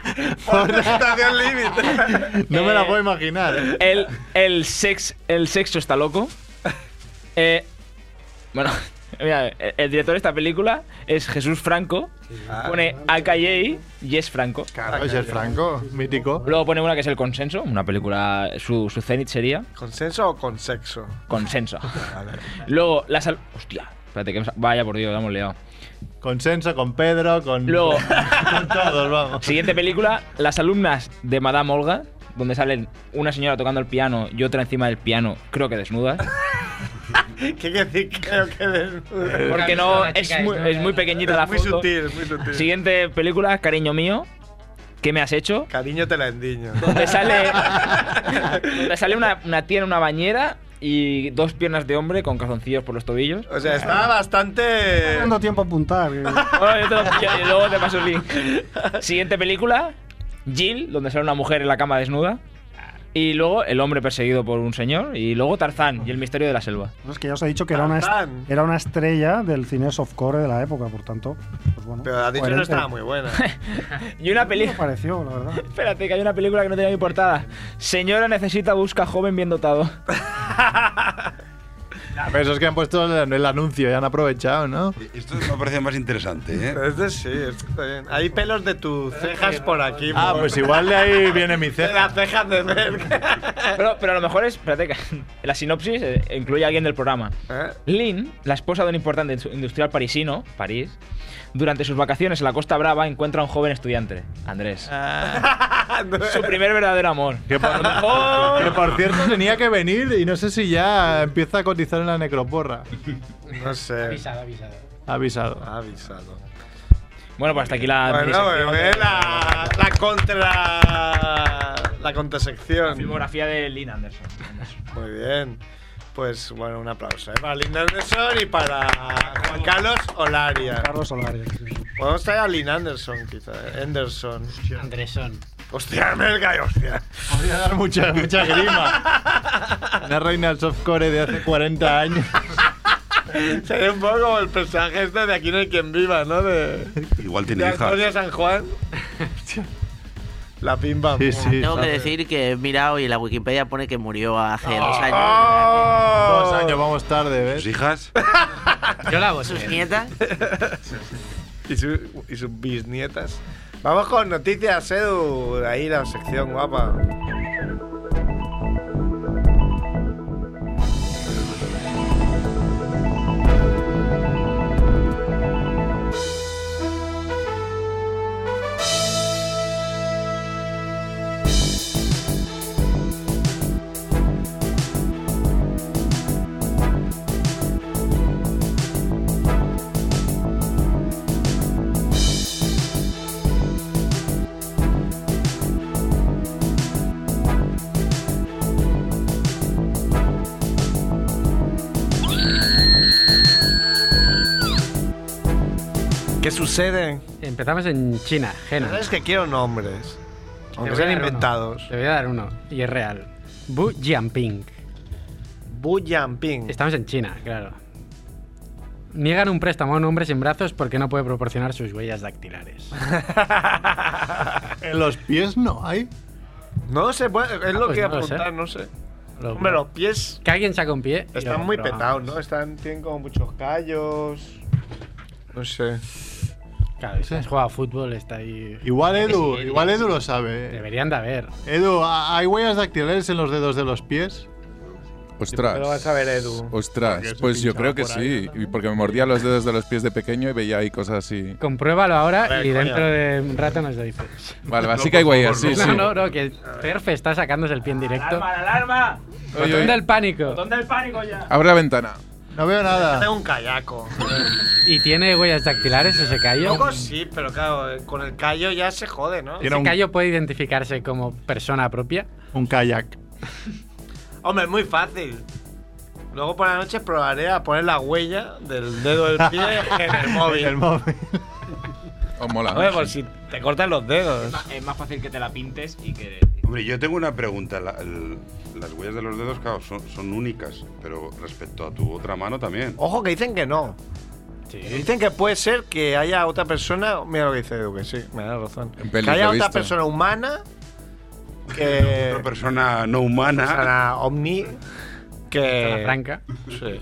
Speaker 14: Estación límite.
Speaker 5: No me
Speaker 2: Eh,
Speaker 5: la puedo imaginar.
Speaker 2: El, el, sex, el sexo está loco. Eh, bueno, mira, el- el director de esta película es Jesús Franco. Pone AKJ y es Franco.
Speaker 5: Claro, es el Franco, mítico.
Speaker 2: Luego pone una que es El Consenso, una película, su, su cenit sería
Speaker 14: ¿Consenso o con sexo?
Speaker 2: Consenso. Luego, la sal... Hostia, espérate, que me sa- vaya por Dios, la hemos liado.
Speaker 5: Consenso con Pedro, con,
Speaker 2: Luego,
Speaker 5: con todos, vamos.
Speaker 2: siguiente película, Las alumnas de Madame Olga, donde salen una señora tocando el piano y otra encima del piano, creo que desnudas.
Speaker 1: ¿Qué quiere decir? Creo que desnuda.
Speaker 2: Porque no, es muy, es muy pequeñita la
Speaker 1: Es muy
Speaker 2: foto.
Speaker 1: sutil, es muy sutil.
Speaker 2: Siguiente película, Cariño mío. ¿Qué me has hecho?
Speaker 1: Cariño te la endiño.
Speaker 2: Donde sale, donde sale una, una tía en una bañera y dos piernas de hombre con calzoncillos por los tobillos.
Speaker 1: O sea, está bastante.
Speaker 3: dando tiempo a apuntar. que-
Speaker 2: Bueno, yo te lo pillo y luego te paso el link. Siguiente película, Jill, donde sale una mujer en la cama desnuda. Y luego el hombre perseguido por un señor. Y luego Tarzán y el misterio de la selva.
Speaker 3: Es que ya os he dicho que era una, est-
Speaker 2: Tarzán.
Speaker 3: era una estrella del cine softcore de la época, por tanto. Pues bueno,
Speaker 1: Pero has dicho que no
Speaker 3: coherente.
Speaker 1: estaba muy buena.
Speaker 2: Y una
Speaker 3: No me
Speaker 2: película...
Speaker 3: pareció, la verdad.
Speaker 2: Espérate, que hay una película que no tenía mi portada. Señora necesita busca joven bien dotado.
Speaker 5: Pero esos que han puesto en el anuncio, ya han aprovechado, ¿no?
Speaker 10: Esto me parece más interesante, ¿eh?
Speaker 1: Pero este sí, este está bien. Hay pelos de tus cejas por aquí.
Speaker 5: Ah,
Speaker 1: por-
Speaker 5: pues igual de ahí viene mi
Speaker 1: De
Speaker 5: ceja.
Speaker 1: las cejas de Merck.
Speaker 2: Pero, pero a lo mejor es. Espérate, que la sinopsis eh, incluye a alguien del programa.
Speaker 1: ¿Eh?
Speaker 2: Lynn, la esposa de un importante indu- industrial parisino, París, durante sus vacaciones en la Costa Brava encuentra a un joven estudiante, Andrés.
Speaker 1: Ah.
Speaker 2: Su primer verdadero amor.
Speaker 5: Que por, que por cierto tenía que venir y no sé si ya empieza a cotizar en la necroporra.
Speaker 1: No sé.
Speaker 4: Avisado, avisado.
Speaker 5: Avisado.
Speaker 1: Avisado.
Speaker 2: Bueno, pues hasta aquí la. mi
Speaker 1: Bueno,
Speaker 2: sección
Speaker 1: pues
Speaker 2: de-
Speaker 1: ve la, la contra. La contrasección.
Speaker 2: filmografía de Lynn Anderson.
Speaker 1: Muy bien. Pues bueno, un aplauso ¿eh? para Lynn Anderson y para Juan Carlos Olaria.
Speaker 3: Carlos Solares.
Speaker 1: Podemos traer a Lynn Anderson, quizá. ¿eh? Anderson.
Speaker 4: Andresón.
Speaker 1: Hostia, merga, y hostia.
Speaker 5: Podría dar mucha, mucha grima. Una reina del softcore de hace 40 años.
Speaker 1: Sería un poco como el personaje este de Aquí no hay quien viva, ¿no? De,
Speaker 10: Igual
Speaker 1: de
Speaker 10: tiene hijas.
Speaker 1: Antonio San Juan. La pimba.
Speaker 10: Sí,
Speaker 1: sí,
Speaker 15: Tengo que
Speaker 1: sí.
Speaker 15: decir que he mirado y la Wikipedia pone que murió hace
Speaker 1: Ah.
Speaker 15: dos
Speaker 1: ¡Oh!
Speaker 5: Dos
Speaker 15: años.
Speaker 5: años, vamos tarde, ¿ves?
Speaker 10: ¿Sus hijas?
Speaker 15: Yo la ¿Sus nietas?
Speaker 1: Y, su- y sus bisnietas. Vamos con noticias, Edu. Ahí la sección guapa. ¿Qué sucede?
Speaker 4: Empezamos en China, Henan.
Speaker 1: Sabes que quiero nombres.
Speaker 4: Te voy
Speaker 1: Aunque
Speaker 4: a
Speaker 1: sean
Speaker 4: dar uno.
Speaker 1: inventados.
Speaker 4: Te voy a dar uno, y es real. Bu Jianping.
Speaker 1: Bu Jianping.
Speaker 4: Estamos en China, claro. Niegan un préstamo a un hombre sin brazos porque no puede proporcionar sus huellas dactilares.
Speaker 5: En los pies no hay.
Speaker 1: No se puede. Es
Speaker 4: Ah,
Speaker 1: lo
Speaker 4: pues
Speaker 1: que
Speaker 4: no lo sé.
Speaker 1: apuntar, no sé.
Speaker 4: Lo-
Speaker 1: Hombre, los pies
Speaker 4: Que alguien saca un pie. y
Speaker 1: están
Speaker 4: lo
Speaker 1: muy
Speaker 4: comprobamos.
Speaker 1: petados, ¿no? Están, tienen como muchos callos. No sé.
Speaker 4: Claro, si has jugado a fútbol, está ahí.
Speaker 5: Igual Edu,
Speaker 4: Sí,
Speaker 5: igual Edu lo sabe.
Speaker 4: Deberían de haber.
Speaker 5: Edu, ¿ha- ¿hay huellas dactilares en los dedos de los pies?
Speaker 6: Ostras.
Speaker 1: Pero vas a ver, Edu.
Speaker 6: Ostras, pues yo creo que sí. y Porque me mordía los dedos de los pies de pequeño y veía ahí cosas así.
Speaker 4: Compruébalo ahora
Speaker 1: A ver,
Speaker 4: y
Speaker 1: coño.
Speaker 4: dentro de un rato nos lo dices.
Speaker 6: Vale, vale, sí que hay huellas, sí,
Speaker 4: no,
Speaker 6: sí.
Speaker 4: no, no, que Perfe está sacándose el pie en directo.
Speaker 2: alarma!
Speaker 6: Oye,
Speaker 4: Botón
Speaker 6: oye.
Speaker 4: del pánico.
Speaker 2: ¿Dónde el pánico ya?
Speaker 6: Abre la ventana.
Speaker 5: No veo nada.
Speaker 1: Tengo un callaco.
Speaker 4: ¿Y tiene huellas dactilares ese callo?
Speaker 1: Poco sí, pero claro, eh, con el callo ya se jode, ¿no?
Speaker 5: Tiene
Speaker 4: ¿Ese
Speaker 5: un,
Speaker 4: callo puede identificarse como persona propia?
Speaker 5: un kayak.
Speaker 1: Hombre, es muy fácil. Luego por la noche probaré a poner la huella del dedo del pie en el móvil.
Speaker 5: El móvil.
Speaker 6: Os Oh, mola.
Speaker 1: Hombre, por si te cortan los dedos.
Speaker 2: Es más fácil que te la pintes y que.
Speaker 10: Hombre, yo tengo una pregunta. La- el- las huellas de los dedos, claro, son, son únicas, pero respecto a tu otra mano también.
Speaker 1: Ojo que dicen que no. Dicen que puede ser que haya otra persona. Mira lo que dice Edu, que sí, me da razón.
Speaker 6: En
Speaker 1: Que
Speaker 6: pelis
Speaker 1: haya
Speaker 6: lo he
Speaker 1: otra
Speaker 6: visto.
Speaker 1: persona humana
Speaker 10: Otra
Speaker 1: que.
Speaker 10: persona no humana.
Speaker 1: persona omni. Que.
Speaker 4: Eh, Zona franca,
Speaker 1: Sí.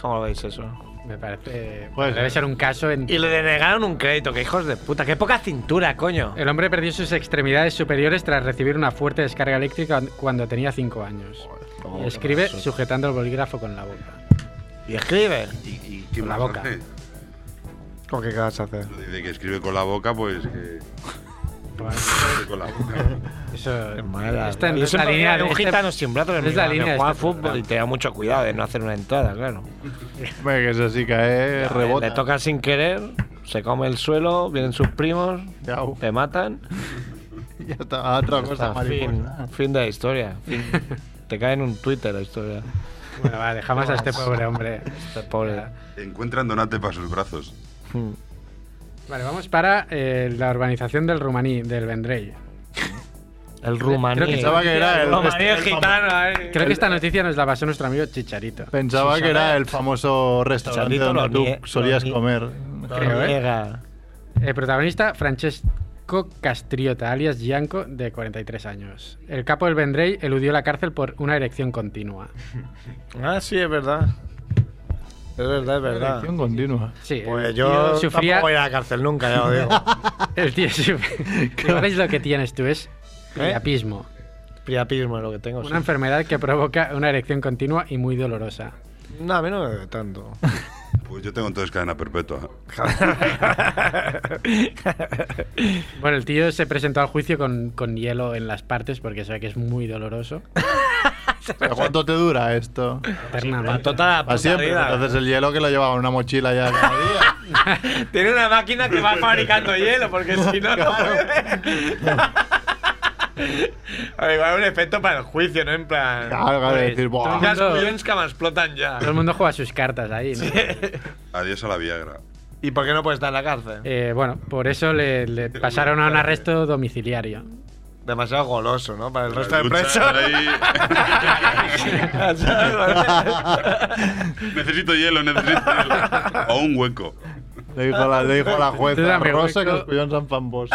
Speaker 1: ¿Cómo lo veis eso?
Speaker 4: me parece.
Speaker 5: Pues-
Speaker 4: debe ser un caso en.
Speaker 1: Y le denegaron un crédito, que hijos de puta. Qué poca cintura, coño.
Speaker 4: El hombre perdió sus extremidades superiores tras recibir una fuerte descarga eléctrica cuando tenía 5 años. Y escribe sujetando el bolígrafo con la boca.
Speaker 1: Y escribe.
Speaker 10: ¿Y, y qué
Speaker 4: Con la
Speaker 10: más
Speaker 4: boca.
Speaker 10: hace?
Speaker 1: ¿Con qué vas a hacer?
Speaker 10: Lo de que escribe con la boca, pues que.
Speaker 16: Eso es mala.
Speaker 4: esta- esta es la línea de-
Speaker 16: un
Speaker 4: esta-
Speaker 16: gitano sin brazos
Speaker 4: es
Speaker 16: mi
Speaker 4: la
Speaker 16: madre,
Speaker 4: línea de
Speaker 16: Juega
Speaker 4: este
Speaker 16: fútbol y
Speaker 4: programa.
Speaker 16: tenga mucho cuidado de no hacer una entrada, claro. eh,
Speaker 5: Hombre, que eso sí cae, rebota.
Speaker 16: Le toca sin querer, se come el suelo, vienen sus primos, te matan.
Speaker 5: Ya está, otra
Speaker 16: Ya
Speaker 5: cosa,
Speaker 16: está, fin,
Speaker 5: mariposa.
Speaker 16: fin de la historia. fin. te cae en un Twitter la historia.
Speaker 4: Bueno, va, dejamos a este pobre hombre.
Speaker 16: Este pobre.
Speaker 10: Encuentran donante para sus brazos.
Speaker 4: Vale, vamos para eh, la urbanización del rumaní, del Vendrell.
Speaker 16: El
Speaker 4: rumaní.
Speaker 5: Creo que pensaba que era el- Rumaní el
Speaker 16: gitano,
Speaker 4: este, Creo que esta noticia nos la pasó nuestro amigo Chicharito.
Speaker 5: Pensaba que era el famoso restaurante
Speaker 4: Chicharito lo
Speaker 5: donde tú
Speaker 4: nie- lo
Speaker 5: solías
Speaker 4: nie-
Speaker 5: comer.
Speaker 4: Creo, ¿eh? El protagonista, Francesco Castriota, alias Gianco, de 43 años. El capo del Vendrell eludió la cárcel por una erección continua.
Speaker 1: Ah, sí, es verdad. Es verdad, es verdad.
Speaker 4: Erección
Speaker 5: continua.
Speaker 4: Sí,
Speaker 1: Pues
Speaker 4: el
Speaker 1: yo
Speaker 4: tío sufría-
Speaker 1: tampoco voy a ir a la cárcel nunca, ya lo digo.
Speaker 4: El tío sufre. Igual es lo que tienes tú? Es priapismo.
Speaker 1: ¿Eh? Priapismo es lo que tengo. sí.
Speaker 4: Una enfermedad que provoca una erección continua y muy dolorosa.
Speaker 1: No, a mí no me debe tanto.
Speaker 10: Pues yo tengo entonces cadena perpetua.
Speaker 4: Bueno, el tío se presentó al juicio con, con hielo en las partes porque sabe que es muy doloroso.
Speaker 5: ¿Pero cuánto te dura esto?
Speaker 4: Eternamente.
Speaker 5: Para siempre. Entonces el hielo que lo llevaba en una mochila ya.
Speaker 1: Tiene una máquina que va fabricando hielo, porque si no, no puede. A ver, igual un efecto para el juicio, ¿no? En plan.
Speaker 5: Claro, claro, decir, "Buah".
Speaker 1: Las collons que me explotan ya.
Speaker 4: Todo el mundo juega sus cartas ahí, ¿no?
Speaker 10: Adiós a la Viagra.
Speaker 1: ¿Y por qué no puede estar en la cárcel?
Speaker 4: Eh, bueno, por eso le, le pasaron a un arresto domiciliario.
Speaker 1: Demasiado goloso, ¿no? Para el resto
Speaker 10: La
Speaker 1: de
Speaker 10: lucha
Speaker 1: presos.
Speaker 10: necesito hielo, necesito hielo. O un hueco.
Speaker 5: Le dijo a la, le dijo a la
Speaker 10: Tú
Speaker 5: jueza
Speaker 10: dame
Speaker 5: Rosa que
Speaker 10: hueco.
Speaker 5: los cuidaban San Famboso.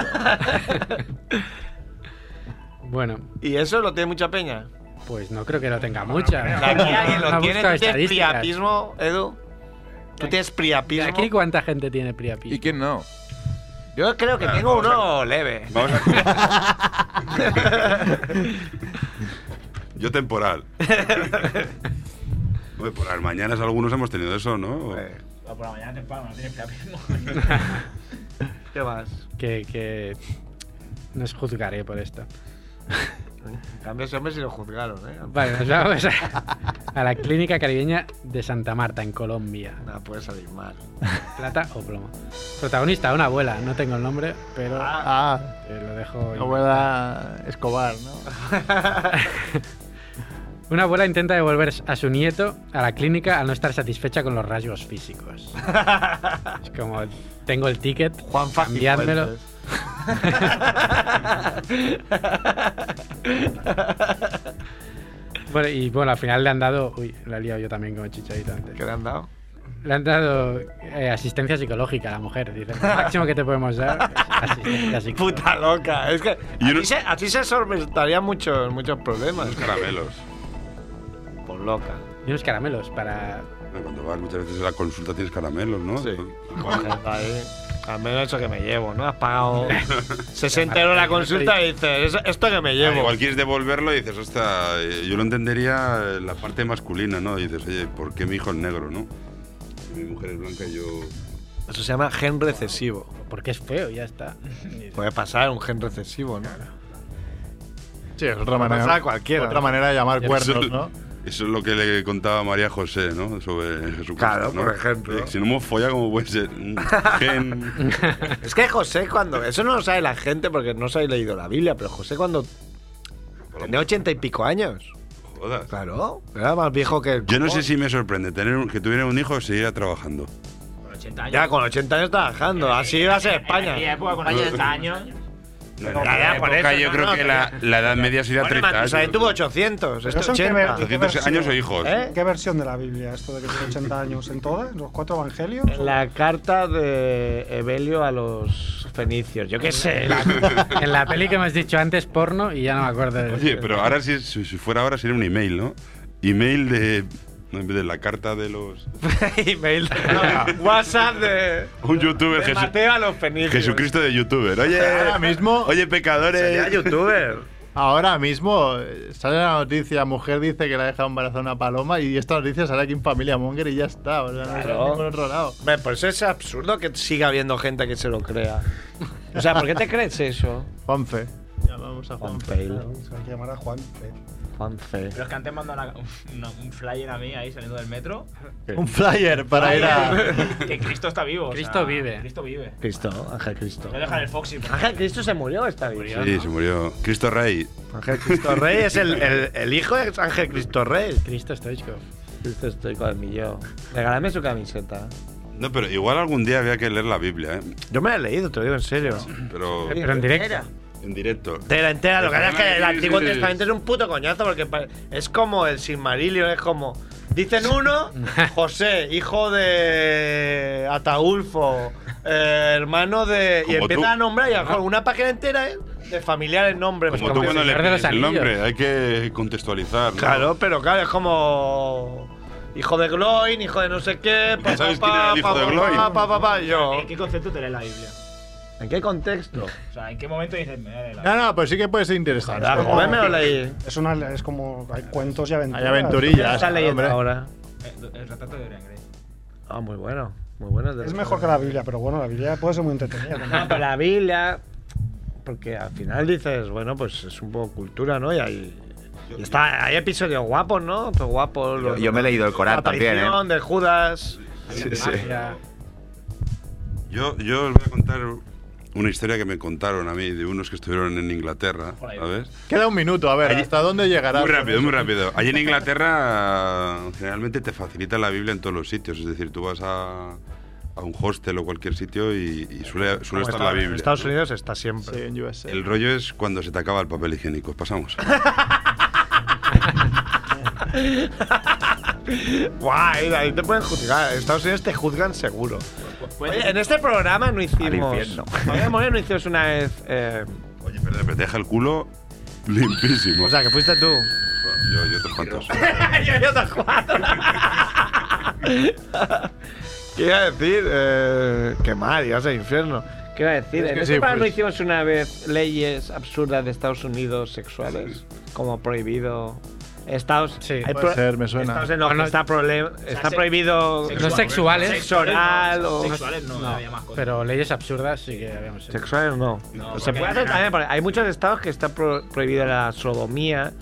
Speaker 4: Bueno,
Speaker 1: ¿Y eso lo tiene mucha peña?
Speaker 4: pues no creo que lo tenga mucha.
Speaker 1: Aquí alguien
Speaker 4: Ha
Speaker 1: lo tiene.
Speaker 4: buscado
Speaker 1: ¿Tú tienes
Speaker 4: estadísticas.
Speaker 1: priapismo, Edu? ¿Tú tienes
Speaker 4: ¿De
Speaker 1: priapismo?
Speaker 4: aquí cuánta gente tiene priapismo?
Speaker 17: ¿Y quién no?
Speaker 1: Yo creo
Speaker 10: Ah,
Speaker 1: que tengo uno leve.
Speaker 10: Vamos a... Yo temporal. Hombre, por las mañanas algunos hemos tenido eso, ¿no?
Speaker 2: Por la mañana temprano, no tienes priapismo.
Speaker 1: ¿Qué más?
Speaker 4: Que, que no os juzgaré por esto.
Speaker 1: En cambio, ese hombre sí lo juzgaron, ¿eh?
Speaker 4: Vale, nos vamos a, a la clínica caribeña de Santa Marta, en Colombia.
Speaker 1: No puede salir mal.
Speaker 4: Plata o plomo. Protagonista, una abuela, no tengo el nombre, pero
Speaker 5: Ah,
Speaker 4: eh, lo dejo.
Speaker 5: la abuela Escobar, ¿no?
Speaker 4: Una abuela intenta devolver a su nieto a la clínica al no estar satisfecha con los rasgos físicos. es como, tengo el ticket, Juan cambiádmelo.
Speaker 5: pues, ¿eh?
Speaker 4: Bueno, y bueno, al final le han dado. Uy, la he liado yo también como chicharito antes.
Speaker 1: ¿Qué le han dado?
Speaker 4: Le han dado eh, asistencia psicológica a la mujer. Dice, lo máximo que te podemos dar es asistencia psicológica.
Speaker 1: Puta loca. Es que así se, así se solventarían muchos, muchos problemas.
Speaker 10: Los caramelos.
Speaker 1: Por loca.
Speaker 4: Y unos caramelos para.
Speaker 10: Cuando vas muchas veces a la consulta tienes caramelos, ¿no? Sí.
Speaker 1: Ahí, al menos eso que me llevo, ¿no? Has pagado 60 euros la consulta y dices, "Eso- esto que me llevo.
Speaker 10: Ah, Igual quieres devolverlo y dices, hostia, eh, yo lo entendería eh, la parte masculina, ¿no? Y dices, oye, ¿por qué mi hijo es negro, no? Y mi mujer es blanca y yo...
Speaker 1: Eso se llama gen recesivo.
Speaker 4: Porque es feo, ya está.
Speaker 1: Puede pasar un gen recesivo, ¿no?
Speaker 5: Sí, es otra
Speaker 1: Puede
Speaker 5: manera.
Speaker 1: pasar a cualquiera.
Speaker 5: Otra manera de llamar cuernos,
Speaker 10: Eso-
Speaker 5: ¿no?
Speaker 10: Eso es lo que le contaba María José, ¿no? Sobre Jesucristo. Claro,
Speaker 1: por ejemplo.
Speaker 10: Si no hemos follado, ¿cómo puede ser? Mm, Gen.
Speaker 1: Es que José cuando... Eso no lo sabe la gente porque no se ha leído la Biblia, pero José cuando... Tenía ochenta y pico años.
Speaker 10: Jodas.
Speaker 1: Claro. Era más viejo que... el
Speaker 10: Yo no
Speaker 1: copón.
Speaker 10: sé si me sorprende tener un- que tuviera un hijo y siguiera trabajando.
Speaker 1: Ya con 80 años trabajando. Así va a ser España.
Speaker 2: aquella época, con 80 años.
Speaker 1: Ya, ya, por
Speaker 10: Época,
Speaker 1: eso,
Speaker 10: yo
Speaker 1: no,
Speaker 10: creo
Speaker 1: no,
Speaker 10: que
Speaker 1: pero-
Speaker 10: la, la edad media sería
Speaker 1: Bueno,
Speaker 10: 30 años.
Speaker 1: Matusalén tuvo 800.
Speaker 3: Pero
Speaker 1: Este
Speaker 3: eso en qué
Speaker 1: 80.
Speaker 3: ver- en qué
Speaker 10: 800 años o hijos.
Speaker 3: ¿Eh? ¿Qué versión de la Biblia esto de que tiene 80 años? ¿En todas? ¿Los cuatro evangelios?
Speaker 16: En la carta de Evelio a los fenicios, yo qué sé.
Speaker 4: En la peli que hemos dicho antes, porno, y ya no me acuerdo.
Speaker 1: Eh,
Speaker 4: de-
Speaker 10: Oye, pero ahora si, si si fuera ahora sería un email, ¿no? Email de... no, en vez de la carta de los...
Speaker 1: Email. no, WhatsApp de.
Speaker 10: Un youtuber
Speaker 1: de
Speaker 10: Jesu-
Speaker 1: Mateo a los fenicios.
Speaker 10: Jesucristo de youtuber. Oye,
Speaker 5: Ahora mismo.
Speaker 10: Oye, pecadores.
Speaker 5: Sería
Speaker 1: youtuber.
Speaker 5: Ahora mismo eh, sale la noticia, mujer dice que la ha dejado embarazada una paloma y esta noticia sale aquí en Familia Monger y ya está. O sea, no sale en ningún otro lado.
Speaker 1: pues Hombre, Por eso es absurdo que siga habiendo gente que se lo crea. O sea, ¿por qué te crees eso?
Speaker 5: Juanfe.
Speaker 3: Llamamos a
Speaker 1: Juan Juanfe. Fail.
Speaker 3: Se que llamar a Juan
Speaker 1: Juanfe.
Speaker 2: Pero es que antes mandó una- una- un flyer a mí ahí saliendo del metro.
Speaker 5: Un flyer para ir a.
Speaker 2: Que Cristo está vivo. o sea,
Speaker 4: Cristo vive.
Speaker 2: Cristo vive.
Speaker 1: Cristo, Ángel Cristo.
Speaker 2: No dejan el Foxy. por
Speaker 1: Ángel Cristo se murió esta vez.
Speaker 10: Sí, se murió. Cristo Rey.
Speaker 1: Ángel
Speaker 14: Cristo Rey es el, el- el hijo de Ángel Cristo Rey.
Speaker 4: Cristo Stoichkov.
Speaker 1: Cristo estoy con el millón. Regálame su camiseta.
Speaker 10: No, pero igual algún día había que leer la Biblia, ¿eh?
Speaker 14: Yo me la he leído, te lo digo en serio.
Speaker 10: Pero.
Speaker 14: Pero en directo.
Speaker 10: En directo.
Speaker 14: Entera, entera. Lo que pasa es que el Antiguo
Speaker 10: Sí, sí, sí.
Speaker 14: Testamento es un puto coñazo porque pa- es como el Silmarillion, es como. Dicen uno, José, hijo de Ataulfo, eh, hermano de. Y
Speaker 10: Como
Speaker 14: empieza
Speaker 10: tú.
Speaker 14: a nombrar y a lo mejor una página entera ¿eh? de familiares, nombres.
Speaker 10: Como tú cuando le pides el nombre, hay que contextualizar. ¿no?
Speaker 14: Claro, pero claro, es como. Hijo de Gloin, hijo de no sé qué, pa,
Speaker 10: sabes
Speaker 14: pa,
Speaker 10: quién era el
Speaker 14: pa,
Speaker 10: hijo
Speaker 14: pa,
Speaker 10: de
Speaker 14: pa,
Speaker 10: Gloin?
Speaker 14: pa, pa, pa, pa,
Speaker 2: ejemplo.
Speaker 14: yo.
Speaker 2: ¿En qué concepto te lees la Biblia?
Speaker 1: ¿En qué contexto?
Speaker 2: O sea, ¿en qué momento dices, me voy a leer la
Speaker 5: No, no, pero sí que puede ser interesante.
Speaker 1: Joder, joder, me lo leí.
Speaker 3: Es, una, es como. Hay cuentos y aventuras.
Speaker 5: Hay aventurillas.
Speaker 1: Está leyendo
Speaker 5: hombre.
Speaker 1: ahora.
Speaker 2: Biblia? Eh, El retrato de Dorian Gray.
Speaker 1: Ah, muy bueno. Muy bueno.
Speaker 3: Es mejor que la Biblia, pero bueno, la Biblia puede ser muy entretenida.
Speaker 1: No, pero la Biblia. Porque al final dices, bueno, pues es un poco cultura, ¿no? Y hay, y está, hay episodios guapos, ¿no? Pues guapos. los-
Speaker 11: Yo me he leído el Corán
Speaker 1: la
Speaker 11: también, ¿eh?
Speaker 1: aparición de Judas.
Speaker 11: Sí, sí.
Speaker 1: Magia.
Speaker 10: Yo, yo os voy a contar una historia que me contaron a mí de unos que estuvieron en Inglaterra, ¿sabes?
Speaker 5: Queda un minuto, a ver, ¿hasta dónde llegará?
Speaker 10: Muy rápido, muy rápido. Allí en Inglaterra generalmente te facilita la Biblia en todos los sitios. Es decir, tú vas a, a un hostel o cualquier sitio y, y suele,
Speaker 14: Como
Speaker 10: suele estar
Speaker 14: está-
Speaker 10: la
Speaker 14: En
Speaker 10: Biblia.
Speaker 14: Estados Unidos está siempre.
Speaker 5: Sí, en USA.
Speaker 10: El rollo es cuando se te acaba el papel higiénico. Pasamos.
Speaker 14: Guau, ahí- ahí te pueden juzgar. En Estados Unidos te juzgan seguro. Oye, en este programa no hicimos.
Speaker 10: infierno.
Speaker 14: Fabián Moreno no hicimos una vez. eh,
Speaker 10: Oye, pero te deja el culo limpísimo.
Speaker 14: o sea, que fuiste tú.
Speaker 10: Yo, yo otros cuantos.
Speaker 14: yo, yo te cuatro. ¿Qué iba a decir? Eh, qué mal, ibas al infierno.
Speaker 1: ¿Qué iba a decir?
Speaker 14: Es que
Speaker 1: En
Speaker 14: sí,
Speaker 1: este programa
Speaker 14: pues.
Speaker 1: no hicimos una vez leyes absurdas de Estados Unidos sexuales, como prohibido. Estados. hay
Speaker 5: puede ser, me suena.
Speaker 1: Estados en los que está, prole- está prohibido.
Speaker 4: No ¿eh? sexuales.
Speaker 1: Sexo oral o.
Speaker 4: Pero leyes absurdas sí que habíamos hecho.
Speaker 1: Sexuales no. se puede hacer también, porque hay muchos estados que está pro- prohibida la sodomía.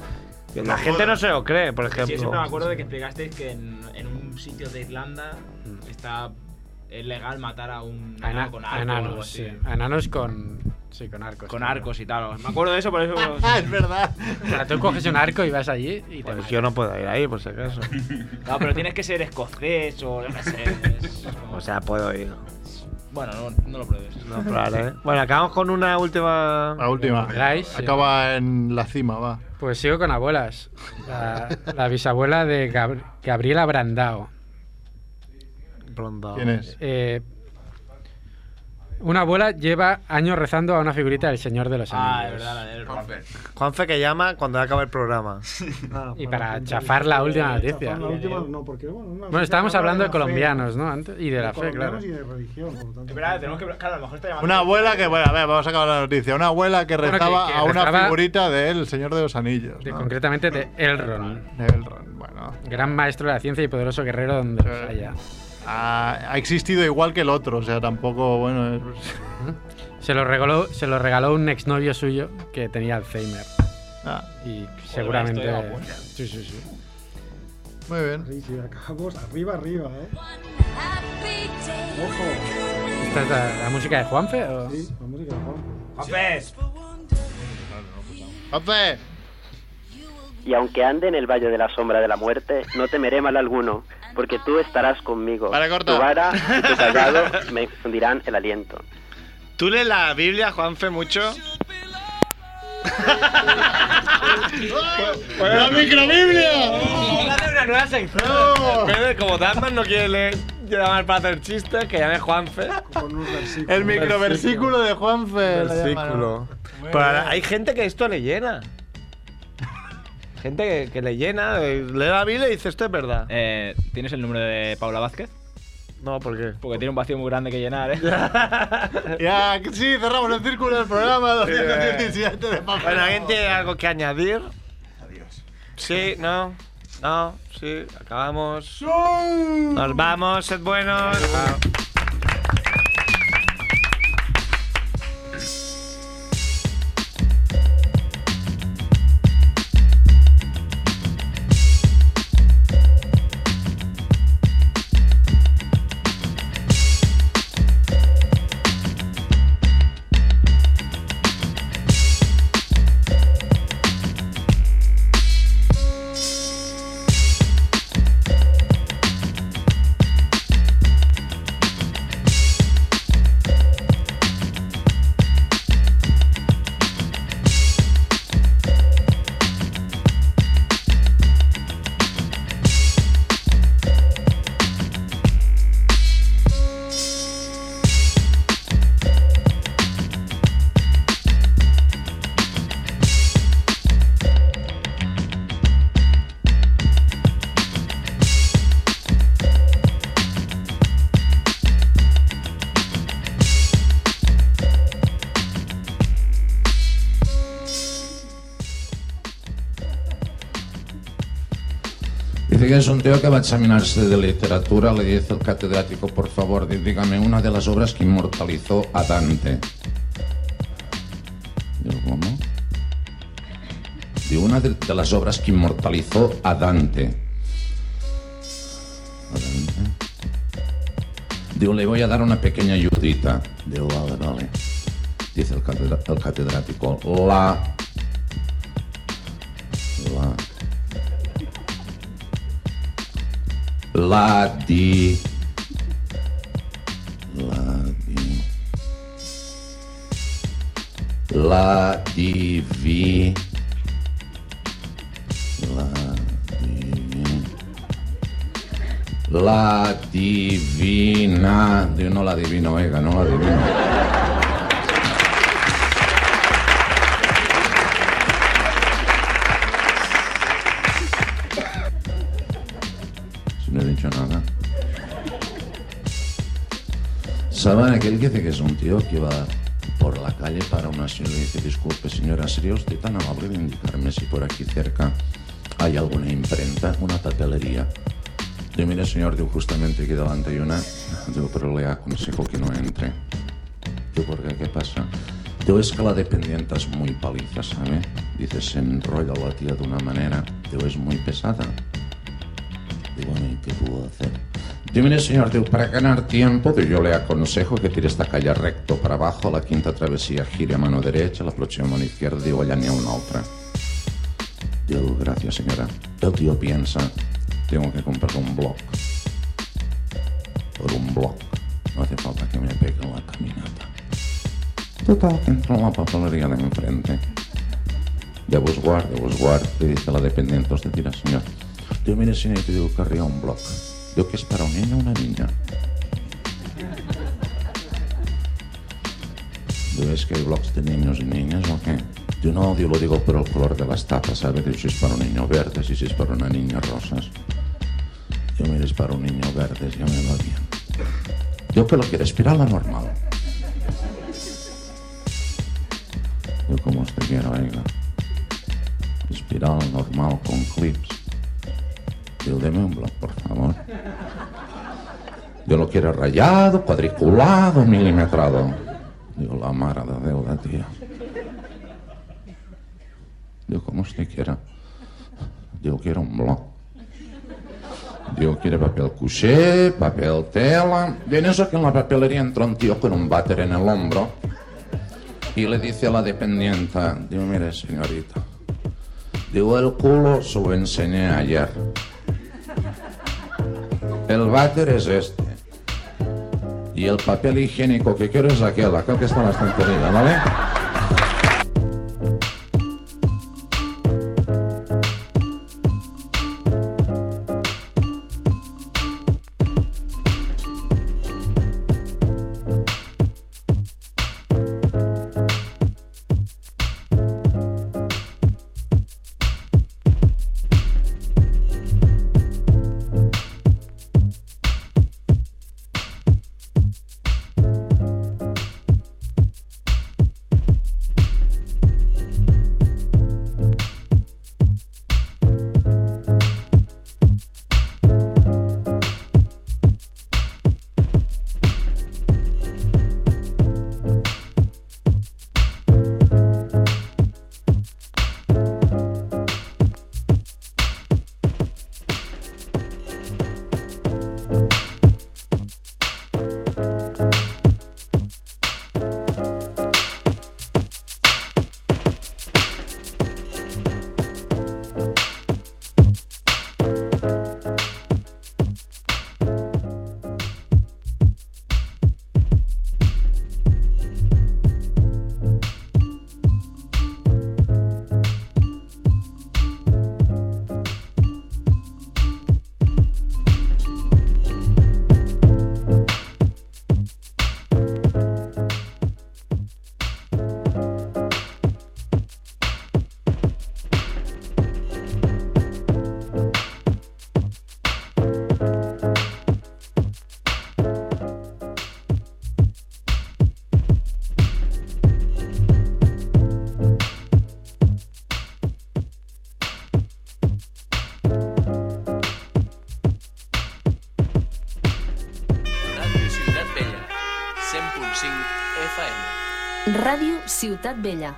Speaker 1: que la
Speaker 2: No
Speaker 1: gente
Speaker 2: jodas.
Speaker 1: no se lo cree, por
Speaker 2: Sí, yo
Speaker 1: ejemplo.
Speaker 2: siempre me acuerdo de que explicasteis que en, en un sitio de Irlanda está es legal matar a un
Speaker 4: Mm. A ena-
Speaker 2: enano con
Speaker 4: a
Speaker 2: arco o algo
Speaker 4: enanos,
Speaker 2: así.
Speaker 4: sí. A enanos con. Sí, con arcos.
Speaker 2: Con
Speaker 4: claro.
Speaker 2: arcos y tal. Me acuerdo de eso, por eso.
Speaker 5: Ah, es verdad.
Speaker 4: O sea, tú coges un arco y vas allí y te.
Speaker 1: Pues yo no puedo ir ahí, por si acaso.
Speaker 2: No, pero tienes que ser escocés o no sé. es-
Speaker 1: o sea, puedo ir.
Speaker 2: Bueno, no, no lo pruebes.
Speaker 1: No, pero ahora, ¿eh? Bueno, acabamos con una última.
Speaker 5: La última.
Speaker 4: ¿Veráis?
Speaker 5: Acaba en la cima, va.
Speaker 4: Pues sigo con abuelas. La, la bisabuela de Gabri- Gabriela Brandao.
Speaker 1: Brondao.
Speaker 5: ¿Quién es?
Speaker 4: Eh, una abuela lleva años rezando a una figurita del Señor de los
Speaker 2: Ah, es
Speaker 4: Anillos.
Speaker 2: verdad, la del rap.
Speaker 14: Juanfe que llama cuando acaba el programa.
Speaker 4: y para chafar la última noticia.
Speaker 3: Eh, La última no, porque bueno. una-
Speaker 4: Bueno, estábamos
Speaker 3: una-
Speaker 4: hablando de
Speaker 3: fe.
Speaker 4: colombianos, ¿no? Antes- y de la fe, claro.
Speaker 3: colombianos y de religión, por lo tanto.
Speaker 2: Es verdad, tenemos que. Claro, a lo mejor está llamando.
Speaker 5: Una abuela que, bueno, a ver, vamos a acabar la noticia. Una abuela que
Speaker 4: Bueno, que-
Speaker 5: rezaba
Speaker 4: que
Speaker 5: a una
Speaker 4: rezaba-
Speaker 5: figurita del Señor de los Anillos.
Speaker 4: De-
Speaker 5: ¿no?
Speaker 4: concretamente de Elrond,
Speaker 5: Elrond, bueno.
Speaker 4: gran maestro de la ciencia y poderoso guerrero donde los haya.
Speaker 5: Ha, ha existido igual que el otro, o sea, tampoco, bueno. es-
Speaker 4: Se lo regaló, se lo regaló un exnovio suyo que tenía Alzheimer.
Speaker 5: Ah,
Speaker 4: Y seguramente.
Speaker 2: esto era bueno.
Speaker 4: Sí, sí, sí.
Speaker 5: muy bien.
Speaker 3: Sí, sí, acabamos arriba, arriba, ¿eh?
Speaker 4: ¿Esta es la, la música de Juanfe? o?
Speaker 3: Sí, la música de Juan.
Speaker 2: ¡Juanfes!
Speaker 5: ¡Ope!
Speaker 18: Y aunque ande en el valle de la sombra de la muerte, no temeré mal alguno, porque tú estarás conmigo.
Speaker 5: Vale, corta.
Speaker 18: Tu vara y tu callado me infundirán el aliento.
Speaker 14: ¿Tú lees la Biblia, Juanfe, mucho?
Speaker 5: ¡La microbiblia!
Speaker 1: Hablando de una nueva sección. Pero como Batman no quiere leer, llamar para hacer chistes, que llame Juanfe.
Speaker 3: Con un versículo.
Speaker 5: El microversículo de Juanfe. la llamaron.
Speaker 1: Versículo. Pero ahora hay gente que esto le llena. Gente que, que le llena, eh, lee la Biblia y dice esto es verdad.
Speaker 2: Eh, ¿Tienes el número de Paula Vázquez?
Speaker 1: No, ¿por qué?
Speaker 2: Porque tiene un vacío muy grande que llenar, ¿eh?
Speaker 5: Ya, sí, cerramos el círculo del programa 217 de papel.
Speaker 1: eh. Bueno, ¿alguien tiene algo que añadir? Adiós. Sí, no, no, sí, acabamos. Nos vamos, sed buenos.
Speaker 19: Figueres Onteo, que va a examinarse de literatura, le dice el catedrático, por favor, dí- dígame una de las obras que inmortalizó a Dante. Digo, ¿cómo? De una de, de las obras que inmortalizó a Dante. ¿A Dante? Digo, le voy a dar una pequeña ayudita. Digo, vale, vale. Dice el, catedra- el catedrático, la... La... La di. La di. La di vi. La di. La divina. Dios no la adivino, oiga, no la adivino. Si no he dicho nada. ¿Saben aquel que dice que es un tío que va por la calle para una señora y dice, disculpe señora, ¿sería usted tan amable de indicarme si por aquí cerca hay alguna imprenta, una papelería? Digo, mire señor, digo, justamente aquí delante hay una, digo, pero le aconsejo que no entre. Digo, ¿por qué? ¿Qué pasa? Digo, es que la dependiente es muy paliza, ¿sabe? Dice, se enrolla la tía de una manera, digo, es muy pesada. Digo, bueno, ¿y qué puedo hacer? Digo, mire señor, digo, para ganar tiempo, digo, yo le aconsejo que tire esta calle recto para abajo, la quinta travesía gire a mano derecha, la próxima a mano izquierda, digo, allá ni a una otra. Digo, gracias señora. El tío piensa, tengo que comprar un blog. Por un blog. No hace falta que me pegue la caminata. Total, que entro a la papelería de enfrente. De vos guard, de vos guard, le dice la dependiente, usted dirá, señor. Digo, mire señor, y te digo que arriba un blog. Digo que es para un niño o una niña. Digo, ¿es que hay blogs de niños y niñas o qué? Digo, no, yo lo digo por el color de las tapas, ¿sabes? Digo, si es para un niño verdes y si es para una niña rosas. Digo, mire, es para un niño verdes, ya me va bien. Digo, que lo quiero, espirala normal. Digo, como usted quiera, oiga. Espiral normal con clips. Digo, deme un blog, por favor. Yo lo quiero rayado, cuadriculado, milimetrado. Digo, la mara de deuda, tía. Digo, como usted quiera. Digo, quiero un blog. Digo, quiere papel couché, papel tela. Y en eso que en la papelería entra un tío con un váter en el hombro y le dice a la dependienta, digo, mire, señorita, digo, el culo se lo enseñé ayer. El váter es este. Y el papel higiénico que quiero es aquel, aquel que está en la estantería, ¿vale?
Speaker 4: 107.5 FM.
Speaker 18: Ràdio Ciutat Vella.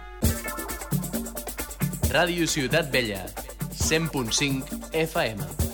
Speaker 4: Ràdio Ciutat Vella, 100.5 FM.